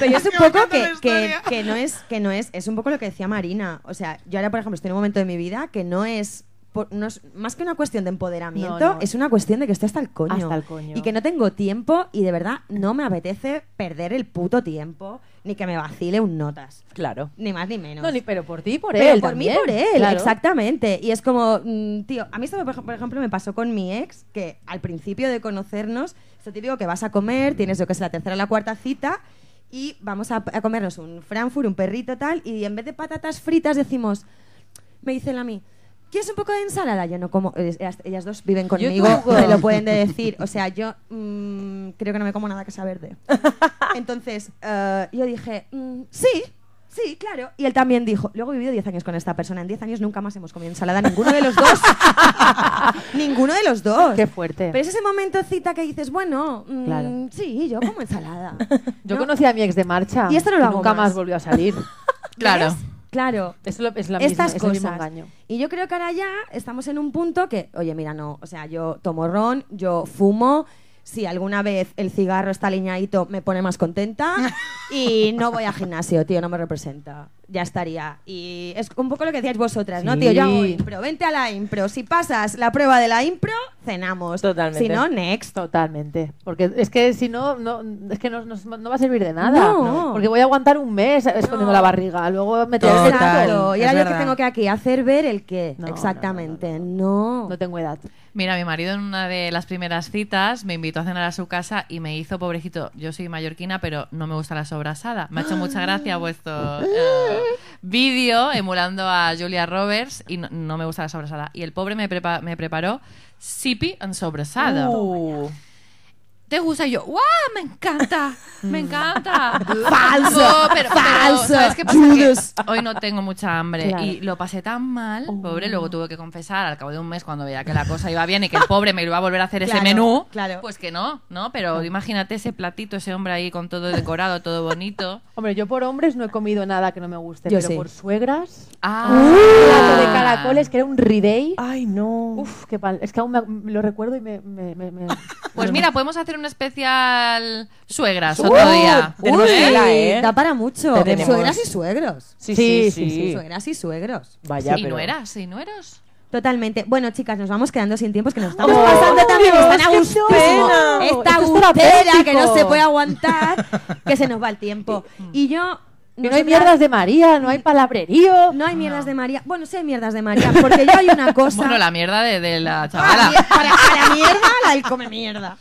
S1: Pero es un
S3: Me
S1: poco
S3: encanta
S1: que,
S3: la
S1: que,
S3: historia.
S1: que no es, que no es, es un poco lo que decía Marina. O sea, yo ahora, por ejemplo, estoy en un momento de mi vida que no es, por- no es- más que una cuestión de empoderamiento,
S4: No, no.
S1: es una cuestión de que estoy hasta el coño.
S4: Hasta el coño.
S1: Y que no tengo tiempo y de verdad no me apetece perder el puto tiempo ni que me vacile un notas.
S5: Claro.
S1: Ni más ni menos.
S4: No, ni, pero por ti, por
S1: Pero
S4: él
S1: por
S4: también.
S1: mí, por él,
S4: Claro.
S1: exactamente. Y es como, mm, tío, a mí esto, por ej- por ejemplo, me pasó con mi ex, que al principio de conocernos, esto típico que vas a comer, tienes, yo que sé, la tercera o la cuarta cita, y vamos a, a comernos un Frankfurt, un perrito tal, y en vez de patatas fritas decimos, me dice él a mí, ¿quieres un poco de ensalada? Yo no como, eh, ellas, ellas dos viven conmigo, [LAUGHS]
S5: tampoco.
S1: me lo pueden de decir. O sea, yo mm, creo que no me como nada que sea verde.
S4: [LAUGHS]
S1: Entonces, eh, yo dije, mm, sí, sí, claro. Y él también dijo, luego he vivido 10 años con esta persona. En 10 años nunca más hemos comido ensalada, ninguno de los
S4: [LAUGHS]
S1: dos. ninguno de los dos.
S4: Qué fuerte.
S1: Pero es ese momento cita que dices, bueno, mm,
S4: Claro.
S1: sí, yo como ensalada.
S4: [LAUGHS] Yo
S1: ¿No?
S4: conocí a mi ex de marcha.
S1: Y esto no lo
S4: que
S1: hago
S4: Nunca
S1: más.
S4: más volvió a [LAUGHS] salir.
S2: Claro.
S1: ¿Ves? Claro.
S4: Es lo- es la misma-
S1: Estas
S4: es el
S1: cosas.
S4: mismo engaño.
S1: Y yo creo que ahora ya estamos en un punto que, oye, mira, no, o sea, yo tomo ron, yo fumo, si alguna vez el cigarro está aliñadito me pone más
S4: [LAUGHS]
S1: contenta y no voy a gimnasio, tío, no me representa. Ya estaría. Y es un poco lo que decíais vosotras, ¿no,
S4: Sí.
S1: tío? Yo hago impro, vente a la impro. Si pasas la prueba de la impro, cenamos.
S5: Totalmente.
S1: Si no, next.
S4: Totalmente. Porque es que si no, no es que no, no- no va a servir de nada.
S1: No.
S4: Porque voy a aguantar un mes escondiendo la barriga. Luego me tengo que
S3: Total.
S1: Exacto. Y
S3: es
S1: ahora yo que
S3: verdad.
S1: tengo que aquí hacer ver el qué.
S4: No, no, no, no,
S1: Exactamente. No,
S4: No tengo edad.
S2: Mira, mi marido en una de las primeras citas me invitó a cenar a su casa y me hizo, pobrecito, yo soy mallorquina, pero no me gusta la sobrasada. Me ha hecho mucha gracia vuestro eh, vídeo emulando a Julia Roberts y no, no me gusta la sobrasada. Y el pobre me, prepa- me preparó sipi en sobrasada.
S5: Uh.
S2: ¿Te gusta? Y yo, ¡guau! Me encanta, me [LAUGHS] encanta.
S1: Falso,
S2: No, pero, pero,
S1: falso,
S2: ¿sabes qué pasa? Que
S1: Judas.
S2: hoy no tengo mucha hambre
S4: Claro.
S2: y lo pasé tan mal, pobre. Luego tuve que confesar al cabo de un mes cuando veía que la cosa iba bien y que el pobre me iba a volver a hacer
S1: Claro,
S2: ese menú.
S1: claro.
S2: Pues que no, ¿no? Pero imagínate ese platito, ese hombre ahí con todo decorado, todo bonito.
S4: Hombre, yo por hombres no he comido nada que no me guste,
S1: Yo
S4: pero
S1: sí.
S4: por suegras.
S2: Ah,
S4: Un plato de caracoles que era un ridey.
S5: Ay, no.
S4: Uf, qué pal. Es que aún me, lo recuerdo y me. me- me- [LAUGHS] me-
S2: Pues mira, podemos hacer un especial suegras otro
S5: Uh,
S2: día.
S5: uy, novela, ¿eh?
S1: Da para mucho.
S5: Tenemos.
S1: Suegras y suegros.
S4: Sí,
S5: Sí, sí, sí.
S4: sí, sí,
S1: Suegras y suegros.
S5: Vaya,
S2: y
S5: pero...
S2: no eras, y no eras.
S1: Totalmente. Bueno, chicas, nos vamos quedando sin tiempo, es que nos estamos
S5: Oh,
S1: pasando también.
S5: Dios,
S1: están a
S5: qué
S1: gustísimo.
S5: pena.
S1: Esta
S4: Esto es
S1: agustera que
S4: terapéutico.
S1: no se puede aguantar, que se nos va el tiempo. Y yo.
S4: Y no hay
S1: nosotras-
S4: mierdas de María, no hay palabrerío.
S1: No hay mierdas de María. Bueno, sí hay mierdas de María, porque yo hay una cosa.
S2: Bueno, la mierda de, de
S1: Para,
S2: la chavala.
S1: para, para mierda, la del come mierda.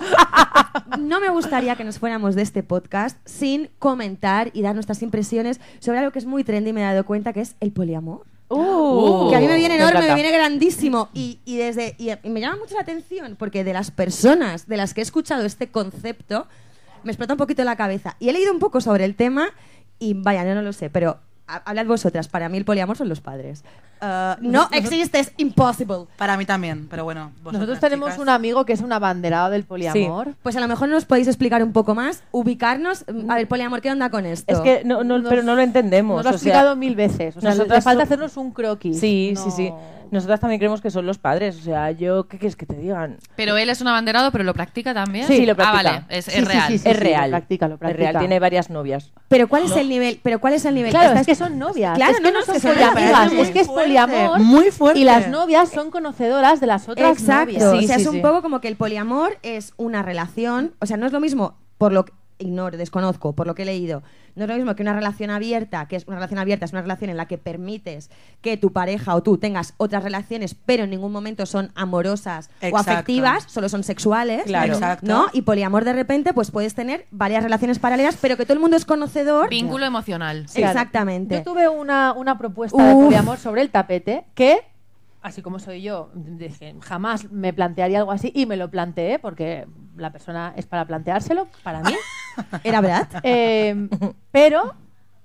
S1: No me gustaría que nos fuéramos de este podcast sin comentar y dar nuestras impresiones sobre algo que es muy trendy y me he dado cuenta que es el poliamor.
S5: Uh,
S1: que a mí me viene
S5: me
S1: enorme, me,
S5: encanta.
S1: viene grandísimo. Y, y desde, y, y me llama mucho la atención porque de las personas de las que he escuchado este concepto, me explota un poquito la cabeza. Y he leído un poco sobre el tema y vaya, yo no lo sé, pero ha- hablad vosotras, para mí el poliamor son los padres. Eh, no existe, es impossible.
S3: Para mí también, pero bueno.
S4: Nosotros
S3: vosotras,
S4: tenemos
S3: chicas.
S4: un amigo que es un abanderado del poliamor.
S1: Pues a lo mejor nos podéis explicar un poco más, ubicarnos. A ver, poliamor, ¿qué onda con esto?
S5: Es que no, no-
S4: Nos-
S5: pero no lo entendemos.
S4: Nos lo ha
S5: o sea,
S4: explicado mil veces. O sea, le-
S5: nosotras
S4: le falta
S5: so-
S4: hacernos un croquis.
S5: Sí,
S4: No.
S5: sí, sí. Nosotras también creemos que son los padres. O sea, yo, ¿qué quieres que te digan?
S2: Pero él es un abanderado, pero lo practica también.
S5: Sí, lo
S2: Ah,
S5: practica.
S2: vale, es,
S4: Sí,
S2: es
S4: sí,
S2: real.
S4: sí, sí.
S5: es real.
S4: lo practica, lo
S5: Es
S4: practica.
S5: real, tiene varias novias.
S1: Pero ¿cuál es el nivel? Pero ¿cuál es el nivel?
S4: Claro,
S1: Estás-
S4: es que son novias.
S1: Claro,
S4: es
S1: no,
S4: que
S1: no,
S4: no, son
S1: es que son
S4: poliamigas.
S1: novias.
S4: Es que es
S3: Muy
S4: poliamor.
S3: fuerte, muy fuerte.
S4: Y las novias son conocedoras de las otras
S1: Exacto.
S4: novias.
S1: o sea,
S5: Sí,
S1: es
S5: sí,
S1: un
S5: sí.
S1: poco como que el poliamor es una relación, o sea, no es lo mismo por lo que ignoro, desconozco, por lo que he leído. No es lo mismo que una relación abierta, que es una relación abierta, es una relación en la que permites que tu pareja o tú tengas otras relaciones, pero en ningún momento son amorosas o
S3: Exacto.
S1: afectivas, solo son sexuales,
S5: Claro.
S3: Exacto.
S1: ¿no? Y poliamor de repente pues puedes tener varias relaciones paralelas, pero que todo el mundo es conocedor.
S2: Vínculo emocional.
S1: Sí. Exactamente.
S4: Yo tuve una, una propuesta de
S1: Uf.
S4: poliamor sobre el tapete que, así como soy yo, dije, jamás me plantearía algo así y me lo planteé porque la persona es para planteárselo, para mí.
S1: Era verdad.
S4: Eh, pero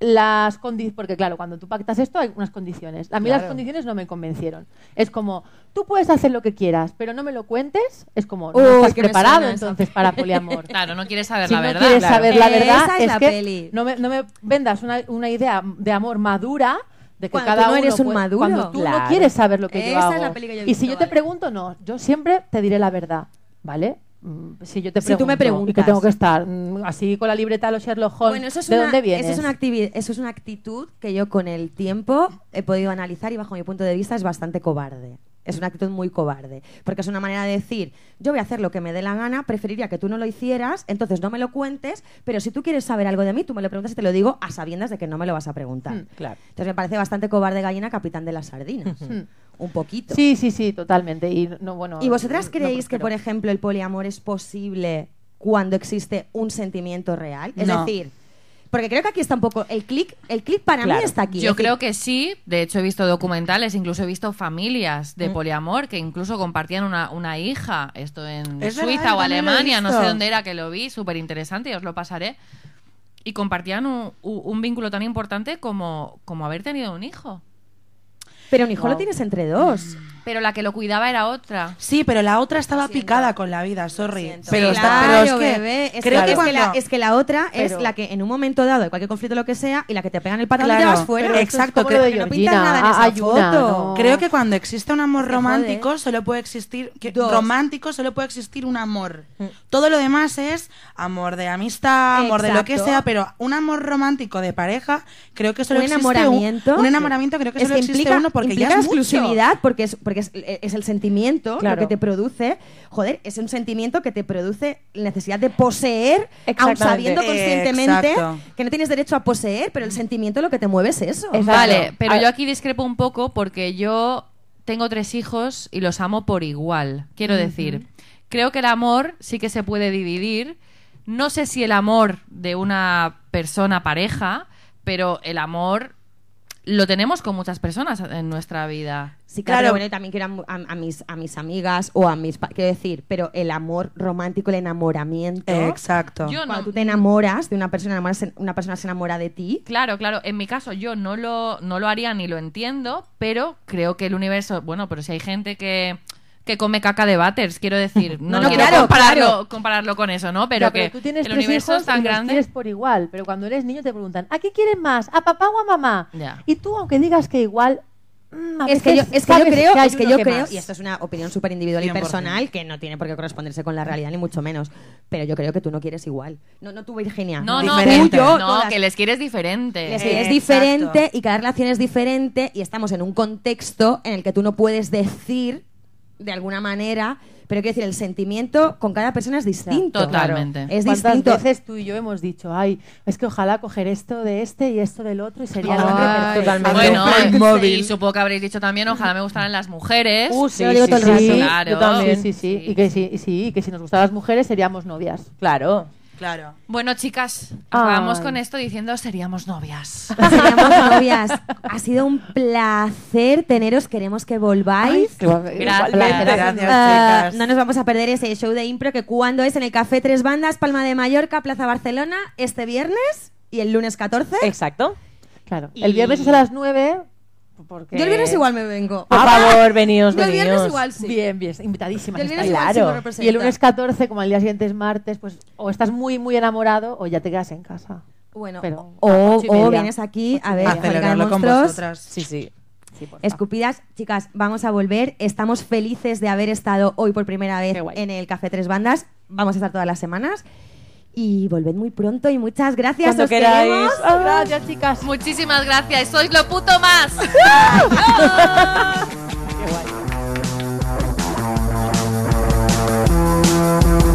S4: las condiciones, porque claro, cuando tú pactas esto hay unas condiciones. A mí las condiciones no me convencieron. Es como, tú puedes hacer lo que quieras, pero no me lo cuentes. Es como, no
S1: Uy,
S4: estás
S1: que me
S4: preparado
S1: suena esa.
S4: entonces para poliamor.
S2: Claro, no quieres saber
S4: Si
S2: la
S4: no
S2: verdad.
S4: quieres
S2: claro.
S4: saber la verdad,
S1: Esa es
S4: es,
S1: la
S4: que
S1: peli.
S4: No, me, no me vendas una, una idea de amor madura de que
S1: Cuando
S4: cada
S1: tú no
S4: uno
S1: eres un
S4: puede-
S1: maduro.
S4: cuando tú
S5: Claro.
S4: no quieres saber lo que yo
S1: Esa
S4: hago.
S1: es la peli que yo he
S4: y si
S1: visto,
S4: yo
S1: vale.
S4: te pregunto, no, yo siempre te diré la verdad, ¿vale? Mm, Si yo te
S1: Si tú me
S4: pregunto y que
S1: preguntas.
S4: tengo que estar mm, así con la libreta de los Sherlock Holmes,
S1: Bueno, eso es
S4: ¿de
S1: una,
S4: dónde vienes?
S1: Eso es, una activi- eso es una actitud que yo con el tiempo he podido analizar y bajo mi punto de vista es bastante cobarde. Es una actitud muy cobarde, porque es una manera de decir, yo voy a hacer lo que me dé la gana, preferiría que tú no lo hicieras, entonces no me lo cuentes, pero si tú quieres saber algo de mí, tú me lo preguntas y te lo digo a sabiendas de que no me lo vas a preguntar.
S4: Mm,
S5: claro.
S1: Entonces me parece bastante cobarde gallina capitán de las sardinas,
S4: Hmm.
S1: un poquito.
S4: Sí, sí, sí, totalmente. Y, no, bueno,
S1: ¿Y vosotras
S4: no
S1: creéis que,
S4: prospero.
S1: por ejemplo, el poliamor es posible cuando existe un sentimiento real? Es
S3: No.
S1: decir, porque creo que aquí está un poco el clic, el clic para mí
S5: Claro.
S1: está aquí.
S2: Yo
S1: Es decir,
S2: creo que sí, de hecho he visto documentales, incluso he visto familias de poliamor que incluso compartían una, una hija, esto en
S3: Es verdad,
S2: Suiza
S3: yo
S2: o
S3: también lo he
S2: Alemania, no
S3: visto.
S2: sé dónde era que lo vi, súper interesante, os lo pasaré. Y compartían un, u- un vínculo tan importante como, como haber tenido un hijo.
S1: Pero un hijo lo
S4: Wow.
S1: tienes entre dos.
S2: Pero la que lo cuidaba era otra.
S3: Sí, pero la otra estaba
S1: siento.
S3: picada con la vida, sorry.
S1: Siento.
S3: Pero, está,
S1: Claro,
S3: pero es que
S1: bebé, es
S3: creo
S1: que,
S3: que
S1: es que
S3: cuando...
S1: la, es que la otra es
S4: Pero-
S1: la que en un momento dado, de cualquier conflicto lo que sea, y la que te pegan el patado y te
S3: Claro,
S1: vas fuera.
S3: pero
S1: Esto es
S3: exacto,
S1: como
S3: creo
S1: lo de
S4: que no
S1: Georgina,
S4: pintas nada en esa
S1: hay una,
S4: foto.
S1: ¿no?
S4: Creo
S3: Creo que cuando existe un amor
S1: Joder.
S3: romántico, solo puede existir. que-
S1: ¿eh? Dos. Mm.
S3: romántico, solo puede existir un amor. Todo lo demás es amor de amistad, amor de lo que
S1: Exacto.
S3: sea, pero un amor romántico de pareja, creo que solo
S1: un
S3: existe un-
S1: enamoramiento.
S3: Un, enamoramiento, creo que
S1: Es
S3: solo existe
S1: implica,
S3: uno porque
S1: implica
S3: ya es mucho.
S1: exclusividad, porque, es, porque es, eh, es el sentimiento
S5: Claro.
S1: lo que te produce. Joder, es un sentimiento que te produce necesidad de poseer, aun
S5: Exactamente.
S1: sabiendo conscientemente
S3: Eh, Exacto.
S1: que no tienes derecho a poseer, pero el sentimiento lo que te mueve es eso.
S5: Exacto.
S2: Vale, pero
S5: A-
S2: yo aquí discrepo un poco porque yo tengo tres hijos y los amo por igual. Quiero decir, creo que el amor sí que se puede dividir. No sé si el amor de una persona pareja, pero el amor lo tenemos con muchas personas en nuestra vida.
S1: Sí, claro,
S3: Claro.
S1: bueno, yo también quiero a, a- a mis, a mis amigas o a mis... pa- Quiero decir, pero el amor romántico, el enamoramiento...
S3: Eh, Exacto.
S2: Yo
S1: Cuando
S2: no,
S1: tú te enamoras de una persona, enamoras- una persona se enamora de ti,
S2: Claro, claro. En mi caso yo no lo, no lo haría ni lo entiendo, pero creo que el universo, bueno, pero si hay gente que, que come caca de batters, quiero decir, no,
S1: No, no,
S2: quiero
S1: claro,
S2: compararlo,
S1: claro.
S2: compararlo con eso, ¿no? Pero
S4: Ya,
S2: que
S4: tú tienes
S2: el
S4: tres
S2: universo
S4: hijos
S2: es tan
S4: y los
S2: grande.
S4: quieres por igual, pero cuando eres niño te preguntan, ¿a qué quieres más? ¿A papá o a mamá?
S2: Ya.
S4: Y tú, aunque digas que igual, mm, a
S1: Ah, es que yo,
S4: veces
S1: es que yo
S4: sabes
S1: creo,
S4: hay
S1: es que
S4: uno
S1: yo creo,
S4: más.
S1: y esto es una opinión súper individual y
S3: 100%.
S1: personal que no tiene por qué corresponderse con la realidad ni mucho menos, pero yo creo que tú no quieres igual. No, no tú Virginia.
S2: No,
S1: tú,
S2: no,
S3: Diferente.
S1: yo,
S2: no,
S1: todas.
S2: que les quieres diferente.
S1: Les-
S3: Eh,
S1: es
S3: exacto.
S1: diferente y cada relación es diferente y estamos en un contexto en el que tú no puedes decir de alguna manera, pero quiero decir, el sentimiento con cada persona es distinto.
S2: Totalmente.
S1: Es
S4: ¿Cuántas
S1: distinto.
S4: veces tú y yo hemos dicho, ay, es que ojalá coger esto de este y esto del otro y
S2: Eh,
S4: sería el
S5: Ay,
S4: hombre perfecto"?
S5: totalmente.
S2: Bueno,
S3: Hacer un móvil.
S2: y supongo que habréis dicho también, ojalá me gustaran las mujeres.
S5: Uh, sí,
S1: Yo lo digo
S5: sí,
S1: todo el
S5: sí,
S1: rato.
S5: sí,
S2: Claro.
S5: Yo también.
S4: Sí, sí, sí.
S2: Sí.
S4: Y que, sí, y sí, y que si nos gustaban las mujeres seríamos novias.
S5: Claro.
S3: Claro.
S2: Bueno, chicas, acabamos
S4: Ay.
S2: con esto diciendo seríamos novias. [LAUGHS]
S1: Seríamos novias. Ha sido un placer teneros, queremos que volváis.
S2: Gracias.
S3: Gracias,
S1: Ah,
S3: chicas.
S1: no nos vamos a perder ese show de impro que cuando es en el Café Tres
S4: Eh,
S1: Bandas, Palma de Mallorca, Plaza Barcelona, este viernes y el lunes 14.
S5: Exacto.
S4: Claro.
S3: Y-
S4: El viernes es a las 9. Porque...
S1: Yo el viernes igual me vengo.
S4: Ah,
S5: Por favor, veníos,
S1: Yo el viernes
S5: veníos.
S1: igual sí.
S4: Bien, bien, invitadísimas.
S1: Yo el viernes
S4: estáis.
S1: igual sí
S5: Claro.
S1: me representa.
S4: Y el lunes 14, como el día siguiente es martes, pues o estás muy, muy enamorado o ya te quedas en casa.
S1: Bueno,
S4: Pero-
S1: o,
S4: Ah, ocho y
S1: o
S4: media.
S1: vienes aquí
S4: Ocho y
S1: a ver
S4: media.
S3: A
S1: Fábrica de
S3: celebrarlo con
S1: Monstruos.
S3: vosotras.
S5: Sí, sí.
S4: Sí, por favor.
S1: Escupidas, chicas, vamos a volver. Estamos felices de haber estado hoy por primera vez
S4: Qué guay.
S1: en el Café Tres Bandas. Vamos a estar todas las semanas. Y volved muy pronto y muchas gracias.
S5: Cuando
S1: os
S5: queráis.
S1: queremos.
S4: Gracias, chicas.
S2: Muchísimas gracias. Sois lo puto más.
S4: Qué guay.